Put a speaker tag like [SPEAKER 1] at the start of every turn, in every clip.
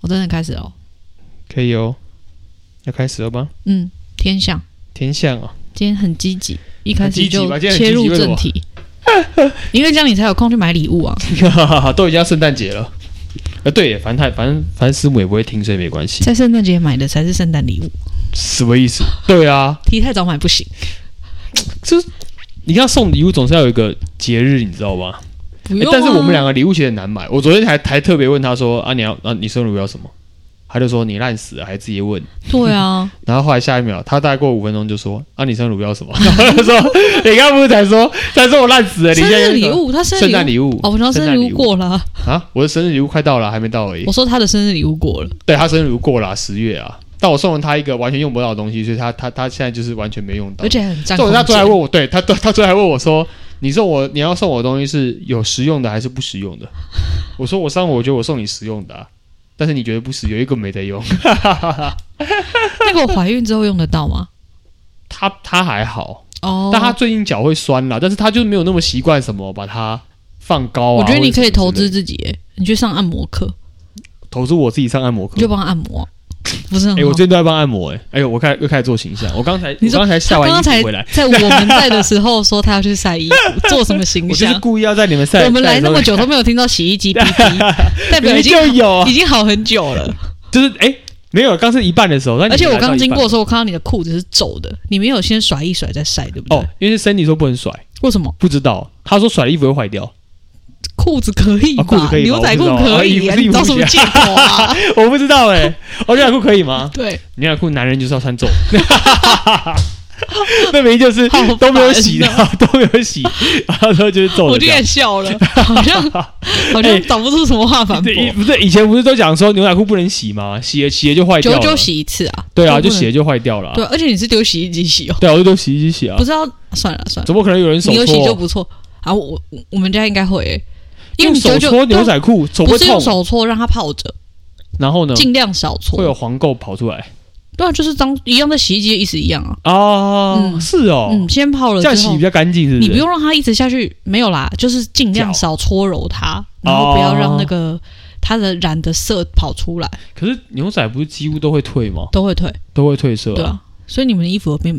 [SPEAKER 1] 我真的开始哦。
[SPEAKER 2] 可以哦，要开始了吗？
[SPEAKER 1] 嗯，天象，
[SPEAKER 2] 天象哦，
[SPEAKER 1] 今天很积极，一开
[SPEAKER 2] 很
[SPEAKER 1] 始
[SPEAKER 2] 积极
[SPEAKER 1] 就
[SPEAKER 2] 吧今天很积极
[SPEAKER 1] 切入正题， 因为这样你才有空去买礼物啊。
[SPEAKER 2] 都已经要圣诞节了。呃，对耶，反正他反正反正师母也不会听，所以没关系。
[SPEAKER 1] 在圣诞节买的才是圣诞礼物，
[SPEAKER 2] 什么意思？对啊，
[SPEAKER 1] 提太早买不行。
[SPEAKER 2] 你要送礼物总是要有一个节日，你知道吗？
[SPEAKER 1] 不
[SPEAKER 2] 诶
[SPEAKER 1] 用、啊
[SPEAKER 2] 哎但是我们两个礼物其实很难买。我昨天还还特别问他说啊，你要啊你生日礼物要什么？他就说你烂死了，还自己问。
[SPEAKER 1] 对啊，
[SPEAKER 2] 然后后来下一秒，他大概过五分钟就说啊，你生日礼物要什么？ 然后他说你刚不是才说才说我烂死了，你
[SPEAKER 1] 生
[SPEAKER 2] 现 在
[SPEAKER 1] 日
[SPEAKER 2] 要
[SPEAKER 1] 礼
[SPEAKER 2] 什么
[SPEAKER 1] 物，他生
[SPEAKER 2] 圣
[SPEAKER 1] 日
[SPEAKER 2] 诞
[SPEAKER 1] 礼物。
[SPEAKER 2] 礼物
[SPEAKER 1] 哦，我说生日礼物过了啊，
[SPEAKER 2] 啊，我的生日礼物快到了，还没到而已
[SPEAKER 1] 我。说他的生日礼物过了，
[SPEAKER 2] 对他生日如过了啊十、月啊，但我送了他一个完全用不到的东西，所以他他他现在就是完全没用到。
[SPEAKER 1] 而且很占
[SPEAKER 2] 重
[SPEAKER 1] 空
[SPEAKER 2] 点
[SPEAKER 1] 间
[SPEAKER 2] 他最后还问我，对他 他他最后还问我说：“你送我你要送我的东西是有实用的还是不实用的？”我说：“我上午我觉得我送你实用的、啊，但是你觉得不实用，又根本没得用。
[SPEAKER 1] 那个我怀孕之后用得到吗？
[SPEAKER 2] 他”他还好，
[SPEAKER 1] 哦，
[SPEAKER 2] 但他最近脚会酸啦，但是他就是没有那么习惯什么把它放高
[SPEAKER 1] 我
[SPEAKER 2] 啊。
[SPEAKER 1] 觉得你可以投
[SPEAKER 2] 或者什么之类
[SPEAKER 1] 资自己耶，你去上按摩课，
[SPEAKER 2] 的投资我自己上按摩课
[SPEAKER 1] 你就。帮他按摩啊，不是很
[SPEAKER 2] 哎、
[SPEAKER 1] 好？
[SPEAKER 2] 我最近都在帮按摩哎、哎呦，我开又开始做形象。我刚才
[SPEAKER 1] 你
[SPEAKER 2] 我
[SPEAKER 1] 说
[SPEAKER 2] 刚才下完
[SPEAKER 1] 他刚
[SPEAKER 2] 衣
[SPEAKER 1] 才
[SPEAKER 2] 服回来，
[SPEAKER 1] 在我们在的时候说他要去晒 衣服，做什么形
[SPEAKER 2] 我就是
[SPEAKER 1] 象？
[SPEAKER 2] 故意要在你们赛
[SPEAKER 1] 我们来那么
[SPEAKER 2] 久。
[SPEAKER 1] 久都没有听到洗衣机哔 哔，代表
[SPEAKER 2] 明
[SPEAKER 1] 已
[SPEAKER 2] 明
[SPEAKER 1] 经
[SPEAKER 2] 就有啊
[SPEAKER 1] 已，经好很久了。
[SPEAKER 2] 就是哎、没有，刚是一半的时候，但你
[SPEAKER 1] 而且我
[SPEAKER 2] 来到
[SPEAKER 1] 刚经
[SPEAKER 2] 一半
[SPEAKER 1] 过的时候，我看到你的裤子是皱的，你没有先甩一甩再晒，对不对？
[SPEAKER 2] 哦，因为是 Sandy 说不能甩，
[SPEAKER 1] 为什么
[SPEAKER 2] 不知道他说甩了衣服会 坏掉，
[SPEAKER 1] 裤子可以
[SPEAKER 2] 啊裤子
[SPEAKER 1] 吧？
[SPEAKER 2] 可以吧
[SPEAKER 1] 牛仔裤
[SPEAKER 2] 我不知道
[SPEAKER 1] 可
[SPEAKER 2] 啊衣
[SPEAKER 1] 以
[SPEAKER 2] 服
[SPEAKER 1] 啊，
[SPEAKER 2] 是
[SPEAKER 1] 你
[SPEAKER 2] 衣服
[SPEAKER 1] 找什么
[SPEAKER 2] 不
[SPEAKER 1] 借口啊？
[SPEAKER 2] 我不知道哎、哦，牛仔裤可 以吗？
[SPEAKER 1] 对，
[SPEAKER 2] 牛仔裤男人就是 要穿皱， 那明明就是
[SPEAKER 1] 好烦
[SPEAKER 2] 都没有洗的
[SPEAKER 1] 啊，
[SPEAKER 2] 都没有洗，然后就是皱
[SPEAKER 1] 我
[SPEAKER 2] 的
[SPEAKER 1] 就
[SPEAKER 2] 这
[SPEAKER 1] 也
[SPEAKER 2] 样。
[SPEAKER 1] 笑 了，好像好
[SPEAKER 2] 哎
[SPEAKER 1] 像找不出什么话反驳。
[SPEAKER 2] 对，不是以前不是都讲说牛仔裤不能洗吗？洗了洗了就坏掉
[SPEAKER 1] 久
[SPEAKER 2] 了。
[SPEAKER 1] 久洗一次啊？
[SPEAKER 2] 对啊，就
[SPEAKER 1] 不能
[SPEAKER 2] 洗了就坏掉了啊。
[SPEAKER 1] 对，而且你是丢洗衣机洗哦，
[SPEAKER 2] 对啊，我就丢洗衣机洗啊
[SPEAKER 1] 不。是要算了算了。
[SPEAKER 2] 怎么可能有人手
[SPEAKER 1] 你有洗就
[SPEAKER 2] 搓？
[SPEAKER 1] 不错啊。我我我们家应该会欸、因为
[SPEAKER 2] 用
[SPEAKER 1] 你
[SPEAKER 2] 手
[SPEAKER 1] 就
[SPEAKER 2] 搓牛
[SPEAKER 1] 对啊
[SPEAKER 2] 仔裤，手
[SPEAKER 1] 不
[SPEAKER 2] 会
[SPEAKER 1] 是用
[SPEAKER 2] 痛。
[SPEAKER 1] 手搓让它泡着，
[SPEAKER 2] 然后呢，
[SPEAKER 1] 尽量少搓。
[SPEAKER 2] 会有黄垢跑出来
[SPEAKER 1] 对啊，就是当一样的洗衣机的意思一样啊。
[SPEAKER 2] 啊。
[SPEAKER 1] 嗯
[SPEAKER 2] 是哦，
[SPEAKER 1] 嗯，先泡了
[SPEAKER 2] 这
[SPEAKER 1] 之
[SPEAKER 2] 样洗
[SPEAKER 1] 后
[SPEAKER 2] 比，较干净，是不
[SPEAKER 1] 你
[SPEAKER 2] 是？
[SPEAKER 1] 不用让它一直下去，没有啦，就是尽量
[SPEAKER 2] 搅哦
[SPEAKER 1] 少搓揉它，然后不要让那个它的染的色跑出来，
[SPEAKER 2] 可是牛仔不是几乎都会退吗？
[SPEAKER 1] 都会退。
[SPEAKER 2] 都会退色、
[SPEAKER 1] 对啊，所以你们的衣服有变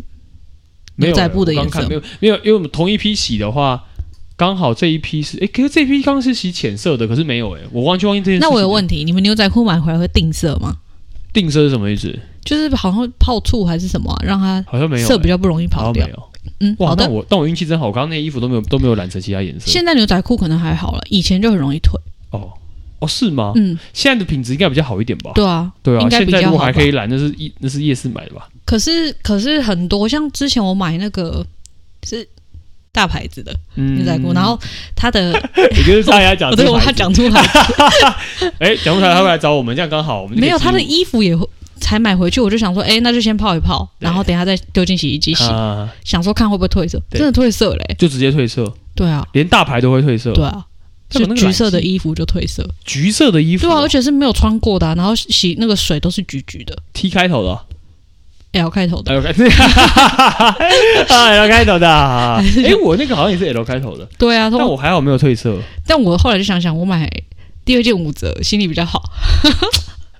[SPEAKER 2] 没有
[SPEAKER 1] 牛仔布的
[SPEAKER 2] 我刚
[SPEAKER 1] 颜色
[SPEAKER 2] 看没有没有，因为我们同一批洗的话，刚好这一批是诶，可是这批刚是洗浅色的，可是没有诶，我忘记忘记这件事情
[SPEAKER 1] 那我有问题，你们牛仔裤买回来会定色吗？
[SPEAKER 2] 定色是什么意思？
[SPEAKER 1] 就是好像会泡醋还是什么啊、让它
[SPEAKER 2] 好像没有、
[SPEAKER 1] 色比
[SPEAKER 2] 较
[SPEAKER 1] 较不容易
[SPEAKER 2] 好
[SPEAKER 1] 跑
[SPEAKER 2] 像没
[SPEAKER 1] 掉。
[SPEAKER 2] 有。
[SPEAKER 1] 嗯，
[SPEAKER 2] 哇
[SPEAKER 1] 好，
[SPEAKER 2] 那
[SPEAKER 1] 的。
[SPEAKER 2] 我但我运气真好，我刚刚那些衣服都没有都没有染成其他颜色。
[SPEAKER 1] 现在牛仔裤可能还好了，以前就很容易退。
[SPEAKER 2] 哦哦是吗？
[SPEAKER 1] 嗯，
[SPEAKER 2] 现在的品质应该比较好一点吧？
[SPEAKER 1] 对啊，
[SPEAKER 2] 对啊，
[SPEAKER 1] 应该
[SPEAKER 2] 现
[SPEAKER 1] 比
[SPEAKER 2] 在
[SPEAKER 1] 较
[SPEAKER 2] 如
[SPEAKER 1] 好
[SPEAKER 2] 果还
[SPEAKER 1] 吧
[SPEAKER 2] 可。以染，那是一那是夜市买的吧？
[SPEAKER 1] 可是可是很多像之前我买那个是大牌子的
[SPEAKER 2] 嗯，
[SPEAKER 1] 牛仔裤，然后它的，
[SPEAKER 2] 我觉得大家讲
[SPEAKER 1] 哦
[SPEAKER 2] 这
[SPEAKER 1] 对，
[SPEAKER 2] 个
[SPEAKER 1] 我怕
[SPEAKER 2] 牌子
[SPEAKER 1] 讲 出来，
[SPEAKER 2] 诶，讲不出来，他会来找我们，这样刚好我们就可
[SPEAKER 1] 没
[SPEAKER 2] 以
[SPEAKER 1] 有它的
[SPEAKER 2] 记录
[SPEAKER 1] 衣服也会才买回去，我就想说，哎，那就先泡一泡，
[SPEAKER 2] 对
[SPEAKER 1] 然后等一下再丢进洗衣机洗，
[SPEAKER 2] 啊，
[SPEAKER 1] 想说看会不会褪色，
[SPEAKER 2] 对
[SPEAKER 1] 真的褪色嘞、欸
[SPEAKER 2] 就直接退色，
[SPEAKER 1] 对啊，
[SPEAKER 2] 连大牌都会退色。
[SPEAKER 1] 对啊。
[SPEAKER 2] 它有
[SPEAKER 1] 就
[SPEAKER 2] 那个
[SPEAKER 1] 橘色的
[SPEAKER 2] 染剂
[SPEAKER 1] 衣服就褪色，
[SPEAKER 2] 橘色的衣服，
[SPEAKER 1] 对啊，而且是没有穿过的、啊，然后洗那个水都是橘橘的
[SPEAKER 2] T 开头的啊
[SPEAKER 1] ，L 开头的，
[SPEAKER 2] ，L 开 头的啊，L 开头 的啊，哎，我那个好像也是 L 开头的，
[SPEAKER 1] 对啊，
[SPEAKER 2] 但我还好没有褪色
[SPEAKER 1] 但我后来就想想，我买第二件五折，心里比较好。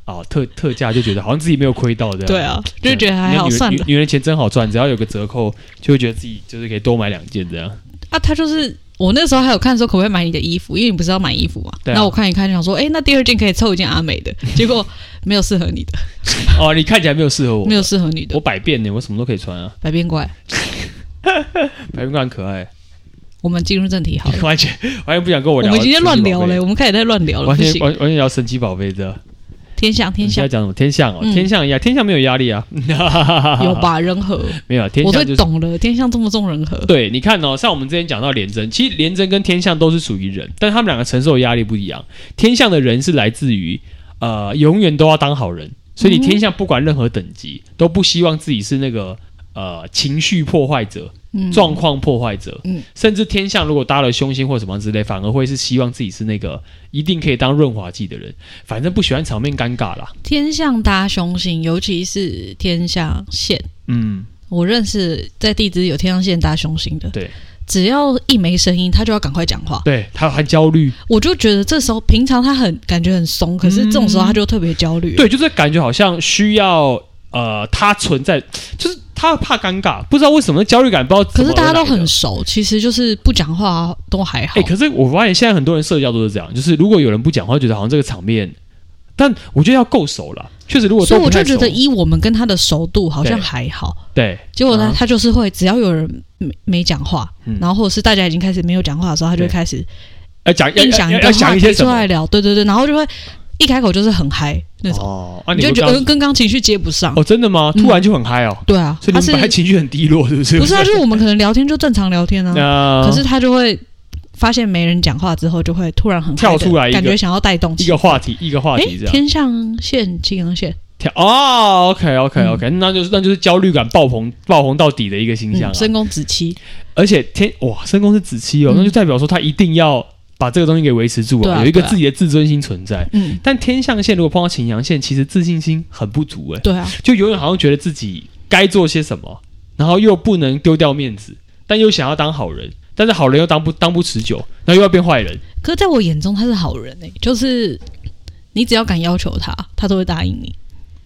[SPEAKER 2] 啊，特特价就觉得好像自己没有亏到这样。
[SPEAKER 1] 对啊，就觉得
[SPEAKER 2] 对
[SPEAKER 1] 还好，
[SPEAKER 2] 女人
[SPEAKER 1] 算
[SPEAKER 2] 女
[SPEAKER 1] 了。
[SPEAKER 2] 女人钱真好赚，只要有个折扣，就会觉得自己就是可以多买两件 这样。
[SPEAKER 1] 啊，他就是我那时候还有看说可不可以买你的衣服，因为你不是要买衣服嘛。
[SPEAKER 2] 对啊
[SPEAKER 1] 那我看一看，就想说，哎，那第二件可以凑一件阿美的，结果没有适合你的，
[SPEAKER 2] 哦，你看起来没有适合我，
[SPEAKER 1] 没有，适合你的
[SPEAKER 2] 我，百变呢，我什么都可以 穿啊，
[SPEAKER 1] 百变怪。
[SPEAKER 2] 百变怪很可爱，
[SPEAKER 1] 我们进入正题好了。
[SPEAKER 2] 完全完全不想跟我
[SPEAKER 1] 我
[SPEAKER 2] 聊。
[SPEAKER 1] 们今天乱聊嘞，
[SPEAKER 2] 嘞，
[SPEAKER 1] 我们开始在乱聊了，
[SPEAKER 2] 完
[SPEAKER 1] 不
[SPEAKER 2] 全
[SPEAKER 1] 行。
[SPEAKER 2] 完完全聊神奇宝贝这样。
[SPEAKER 1] 天象，天
[SPEAKER 2] 你现
[SPEAKER 1] 象
[SPEAKER 2] 在讲什么？天象哦，
[SPEAKER 1] 嗯
[SPEAKER 2] 天象一样，天象没有压 力啊，
[SPEAKER 1] 有吧？人和，
[SPEAKER 2] 没有啊，天
[SPEAKER 1] 我
[SPEAKER 2] 象
[SPEAKER 1] 最
[SPEAKER 2] 就是
[SPEAKER 1] 懂了。天象这么重人和，
[SPEAKER 2] 对，你看哦，像我们之前讲到廉贞，其实廉贞跟天象都是属于人，但他们两个承受的压力不一样。天象的人是来自于呃，永远都要当好人，所以你天象不管任何等级，都不希望自己是那个呃情绪破坏者、
[SPEAKER 1] 嗯
[SPEAKER 2] 状况破坏者，
[SPEAKER 1] 嗯
[SPEAKER 2] 甚至天象如果搭了凶星或什么之类，反而会是希望自己是那个一定可以当润滑剂的人，反正不喜欢场面尴尬啦。
[SPEAKER 1] 天象搭凶星，尤其是天象线。
[SPEAKER 2] 嗯，
[SPEAKER 1] 我认识在地支有天象线搭凶星的，
[SPEAKER 2] 对，
[SPEAKER 1] 只要一没声音，他就要赶快讲话。
[SPEAKER 2] 对他还焦虑，
[SPEAKER 1] 我就觉得这时候平常他很感觉很松，可是这种时候他就特别焦虑。
[SPEAKER 2] 对，就是感觉好像需要呃，他存在，就是他怕尴尬，不知道为什么焦虑感，不知道
[SPEAKER 1] 可
[SPEAKER 2] 怎么
[SPEAKER 1] 是大家都
[SPEAKER 2] 而来的
[SPEAKER 1] 很熟，其实就是不讲话都还好。
[SPEAKER 2] 哎、可是我发现现在很多人社交都是这样，就是如果有人不讲话，觉得好像这个场面，但我觉得要够熟了。确实，如果
[SPEAKER 1] 所
[SPEAKER 2] 都
[SPEAKER 1] 以我
[SPEAKER 2] 不
[SPEAKER 1] 就
[SPEAKER 2] 太
[SPEAKER 1] 觉得，
[SPEAKER 2] 熟
[SPEAKER 1] 依我们跟他的熟度好像
[SPEAKER 2] 对
[SPEAKER 1] 还好。
[SPEAKER 2] 对
[SPEAKER 1] 结果呢
[SPEAKER 2] 嗯，
[SPEAKER 1] 他就是会，只要有人没没讲话，
[SPEAKER 2] 嗯
[SPEAKER 1] 然后或者是大家已经开始没有讲话的时候，他就会
[SPEAKER 2] 对
[SPEAKER 1] 开始
[SPEAKER 2] 要哎讲要
[SPEAKER 1] 硬想
[SPEAKER 2] 要
[SPEAKER 1] 一
[SPEAKER 2] 要
[SPEAKER 1] 个
[SPEAKER 2] 想
[SPEAKER 1] 话
[SPEAKER 2] 一些
[SPEAKER 1] 题
[SPEAKER 2] 什
[SPEAKER 1] 出
[SPEAKER 2] 么
[SPEAKER 1] 来聊，对对对，然后就会一开口就是很嗨那种，
[SPEAKER 2] 哦，啊，
[SPEAKER 1] 你就
[SPEAKER 2] 你们
[SPEAKER 1] 觉
[SPEAKER 2] 刚
[SPEAKER 1] 得跟刚情绪接不上。
[SPEAKER 2] 哦，真的吗？
[SPEAKER 1] 嗯
[SPEAKER 2] 突然就很嗨哦，
[SPEAKER 1] 对啊，
[SPEAKER 2] 所以
[SPEAKER 1] 他
[SPEAKER 2] 你们
[SPEAKER 1] 是
[SPEAKER 2] 本来情绪很低落，是不嗯是？
[SPEAKER 1] 不 是啊？就是我们可能聊天就正常聊天啊，
[SPEAKER 2] 那
[SPEAKER 1] 可是他就会发现没人讲话之后，就会突然很嗨的
[SPEAKER 2] 跳出来一个
[SPEAKER 1] 感觉想要带动
[SPEAKER 2] 一
[SPEAKER 1] 气
[SPEAKER 2] 个
[SPEAKER 1] 氛。
[SPEAKER 2] 话题一个话
[SPEAKER 1] 哎
[SPEAKER 2] 题这，样
[SPEAKER 1] 天象线、青阳线，
[SPEAKER 2] 跳哦，OK OK OK，那就是那就是焦虑感爆棚爆棚到底的一个形象
[SPEAKER 1] 嗯，
[SPEAKER 2] 啊。
[SPEAKER 1] 深宫子期，
[SPEAKER 2] 而且天哇，深宫是子期
[SPEAKER 1] 嗯
[SPEAKER 2] 哦，那就代表说他一定要把这个东西给维持住
[SPEAKER 1] 对啊
[SPEAKER 2] 有一个
[SPEAKER 1] 对啊
[SPEAKER 2] 自己的自尊心存在。
[SPEAKER 1] 嗯，
[SPEAKER 2] 但天象线如果碰到秦阳线，其实自信心很不足哎、
[SPEAKER 1] 对啊，
[SPEAKER 2] 就永远好像觉得自己该做些什么，然后又不能丢掉面子，但又想要当好人，但是好人又当不当不持久，然后又要变坏人。
[SPEAKER 1] 可是在我眼中他是好人哎、就是你只要敢要求他，他都会答应你。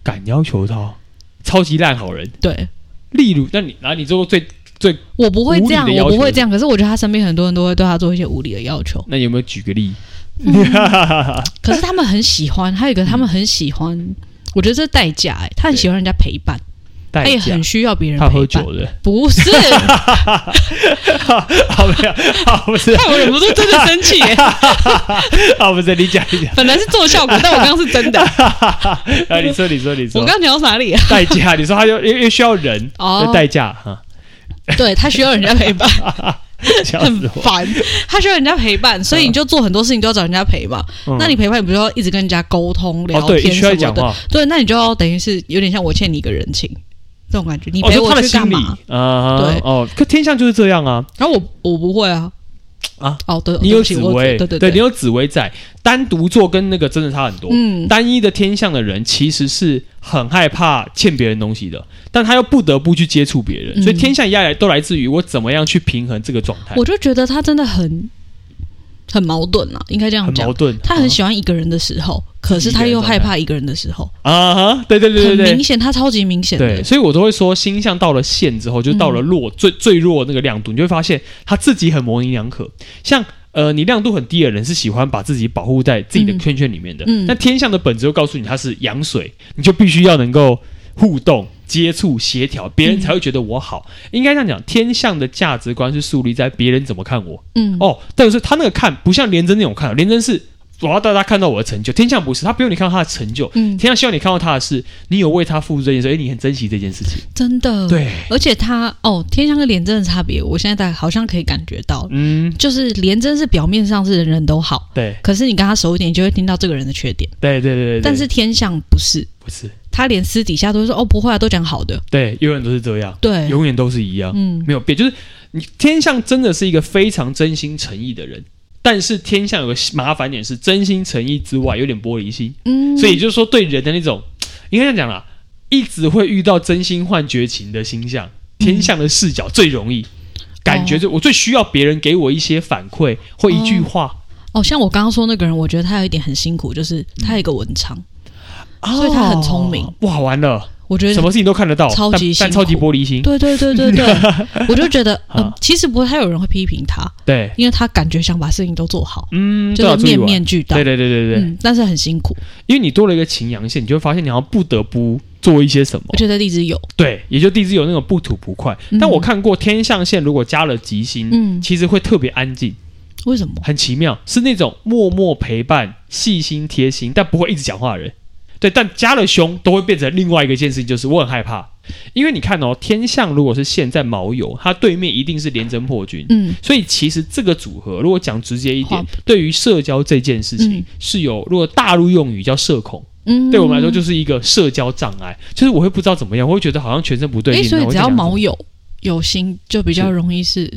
[SPEAKER 2] 敢要求他，超级烂好人。
[SPEAKER 1] 对
[SPEAKER 2] 例如，那你那你做过最，
[SPEAKER 1] 我不会这
[SPEAKER 2] 无
[SPEAKER 1] 样，
[SPEAKER 2] 理的要
[SPEAKER 1] 我
[SPEAKER 2] 求
[SPEAKER 1] 不会这样。可是我觉得他身边很多人都会对他做一些无理的要求。
[SPEAKER 2] 那有没有举个例？
[SPEAKER 1] 可是他们很喜欢，还有一个他们很喜
[SPEAKER 2] 嗯
[SPEAKER 1] 欢，我觉得这是代价哎、他很喜欢人家陪伴，他
[SPEAKER 2] 代
[SPEAKER 1] 也
[SPEAKER 2] 驾
[SPEAKER 1] 哎很，需要别人
[SPEAKER 2] 他
[SPEAKER 1] 陪
[SPEAKER 2] 喝
[SPEAKER 1] 伴。
[SPEAKER 2] 酒的，
[SPEAKER 1] 不是，害
[SPEAKER 2] 好没有，好不是，
[SPEAKER 1] 我忍不住真的生气、 欸。
[SPEAKER 2] 好不是，你讲一讲，
[SPEAKER 1] 本来是做效果，但我刚刚是真的。
[SPEAKER 2] 啊，你说你说你
[SPEAKER 1] 我
[SPEAKER 2] 说，
[SPEAKER 1] 刚刚讲到哪 里啊？
[SPEAKER 2] 代驾，你说他就因为因为需要人的
[SPEAKER 1] 哦，
[SPEAKER 2] 代驾 哈，
[SPEAKER 1] 对他需要人家陪伴，
[SPEAKER 2] 笑
[SPEAKER 1] 很
[SPEAKER 2] 死我。
[SPEAKER 1] 烦。他需要人家陪伴，所以你就做很多事情都要找人家陪嘛。
[SPEAKER 2] 嗯
[SPEAKER 1] 那你陪伴，你不就要一直跟人家沟通、聊
[SPEAKER 2] 哦，对，
[SPEAKER 1] 天
[SPEAKER 2] 需要
[SPEAKER 1] 什么
[SPEAKER 2] 讲
[SPEAKER 1] 的？
[SPEAKER 2] 话，
[SPEAKER 1] 对，那你就要等于是有点像我欠你一个人情这种感觉。你
[SPEAKER 2] 哦，
[SPEAKER 1] 陪
[SPEAKER 2] 就
[SPEAKER 1] 我
[SPEAKER 2] 他的
[SPEAKER 1] 去
[SPEAKER 2] 心
[SPEAKER 1] 干
[SPEAKER 2] 理
[SPEAKER 1] 嘛？
[SPEAKER 2] 啊，
[SPEAKER 1] 对
[SPEAKER 2] 哦，可天象就是这样啊，
[SPEAKER 1] 然后我我不会啊
[SPEAKER 2] 啊
[SPEAKER 1] 哦，对，对
[SPEAKER 2] 你有
[SPEAKER 1] 不起
[SPEAKER 2] 紫
[SPEAKER 1] 我
[SPEAKER 2] 薇，
[SPEAKER 1] 对对
[SPEAKER 2] 你有紫薇在，单独做跟那个真的差很多。
[SPEAKER 1] 嗯，
[SPEAKER 2] 单一的天象的人其实是很害怕欠别人东西的，但他又不得不去接触别人，
[SPEAKER 1] 嗯
[SPEAKER 2] 所以天象压力都来自于我怎么样去平衡这个状态，
[SPEAKER 1] 我就觉得他真的很很矛盾啊，应该这样
[SPEAKER 2] 很
[SPEAKER 1] 讲
[SPEAKER 2] 矛。盾。
[SPEAKER 1] 他很喜欢一个人的时候，可是他又害怕一个人的时候，
[SPEAKER 2] 啊哈，对对对
[SPEAKER 1] 很
[SPEAKER 2] 对
[SPEAKER 1] 明
[SPEAKER 2] 对。
[SPEAKER 1] 显，他超级明显
[SPEAKER 2] 对，
[SPEAKER 1] 的。嗯
[SPEAKER 2] 所以我都会说，星象到了线之后，就到了弱、最最弱那个亮度，你就会发现他自己很模棱两可。像呃，你亮度很低的人是喜欢把自己保护在自己的
[SPEAKER 1] 嗯
[SPEAKER 2] 圈圈里面的，
[SPEAKER 1] 嗯
[SPEAKER 2] 但天象的本质又告诉你他是阳水，你就必须要能够互动、接触、协调，别人
[SPEAKER 1] 嗯
[SPEAKER 2] 才会觉得我好。应该这样讲，天象的价值观是树立在别人怎么看我。
[SPEAKER 1] 嗯，
[SPEAKER 2] 哦，但是他那个看不像连真那种看，连真是我要大家看到我的成就，天象不是，他不用你看到他的成就，
[SPEAKER 1] 嗯，
[SPEAKER 2] 天上希望你看到他的是，你有为他付出这件事，哎，你很珍惜这件事情。
[SPEAKER 1] 真的。，
[SPEAKER 2] 对，
[SPEAKER 1] 而且他哦，天象跟廉贞的差别，我现在大概好像可以感觉到，
[SPEAKER 2] 嗯，
[SPEAKER 1] 就是廉贞是表面上是人人都好，
[SPEAKER 2] 对，
[SPEAKER 1] 可是你跟他熟一点，你就会听到这个人的缺点。
[SPEAKER 2] 对对对对。
[SPEAKER 1] 但是天象不是，
[SPEAKER 2] 不是？
[SPEAKER 1] 他连私底下都会说哦不会啊，都讲好的。
[SPEAKER 2] 对，永远都是这样，
[SPEAKER 1] 对，
[SPEAKER 2] 永远都是一样，
[SPEAKER 1] 嗯
[SPEAKER 2] 没有变。就是你天象真的是一个非常真心诚意的人，但是天象有个麻烦点是，真心诚意之外有点玻璃心，
[SPEAKER 1] 嗯，
[SPEAKER 2] 所以也就是说对人的那种，应该这样讲啦，一直会遇到真心换绝情的星象，天象的视角最容易。感觉
[SPEAKER 1] 哦
[SPEAKER 2] 就我最需要别人给我一些反馈或一句话，
[SPEAKER 1] 哦，像我刚刚说那个人，我觉得他有一点很辛苦，就是
[SPEAKER 2] 嗯
[SPEAKER 1] 他有一个文昌，所以
[SPEAKER 2] 哦
[SPEAKER 1] 他很聪明。
[SPEAKER 2] 哇，完了，
[SPEAKER 1] 我觉得
[SPEAKER 2] 什么事情都看得到，
[SPEAKER 1] 超级
[SPEAKER 2] 但
[SPEAKER 1] 辛
[SPEAKER 2] 但超级
[SPEAKER 1] 苦
[SPEAKER 2] 玻璃心。
[SPEAKER 1] 对对对对 对，我就觉得，呃
[SPEAKER 2] 啊，
[SPEAKER 1] 其实不太有人会批评他，
[SPEAKER 2] 对，
[SPEAKER 1] 因为他感觉想把事情都做好，
[SPEAKER 2] 嗯，
[SPEAKER 1] 就
[SPEAKER 2] 对啊
[SPEAKER 1] 是
[SPEAKER 2] 注意
[SPEAKER 1] 面
[SPEAKER 2] 完
[SPEAKER 1] 面俱到
[SPEAKER 2] 对。对对对哦对，
[SPEAKER 1] 嗯，但是很辛苦，
[SPEAKER 2] 因为你多了一个秦阳线，你就会发现你好像不得不做一些什么
[SPEAKER 1] 我。觉得荔枝有，
[SPEAKER 2] 对，也就地支有那种不吐不快。
[SPEAKER 1] 嗯
[SPEAKER 2] 但我看过天象线，如果加了吉星，
[SPEAKER 1] 嗯，
[SPEAKER 2] 其实会特别安静，
[SPEAKER 1] 为什么？
[SPEAKER 2] 很奇妙，是那种默默陪伴、细心贴心，但不会一直讲话的人。对，但加了凶都会变成另外一个件事情，就是我很害怕，因为你看哦，天象如果是现在卯酉，它对面一定是连贞破军，
[SPEAKER 1] 嗯
[SPEAKER 2] 所以其实这个组合，如果讲直接一点
[SPEAKER 1] 划，
[SPEAKER 2] 对于社交这件事情、
[SPEAKER 1] 嗯
[SPEAKER 2] 是有，如果大陆用语叫社恐，
[SPEAKER 1] 嗯，
[SPEAKER 2] 对我们来说就是一个社交障碍，就是我会不知道怎么样，我会觉得好像全身不对
[SPEAKER 1] 诶
[SPEAKER 2] 劲。
[SPEAKER 1] 所以
[SPEAKER 2] 然后
[SPEAKER 1] 只
[SPEAKER 2] 我
[SPEAKER 1] 要
[SPEAKER 2] 在想什
[SPEAKER 1] 毛
[SPEAKER 2] 么
[SPEAKER 1] 有有心，就比较
[SPEAKER 2] 是
[SPEAKER 1] 容易是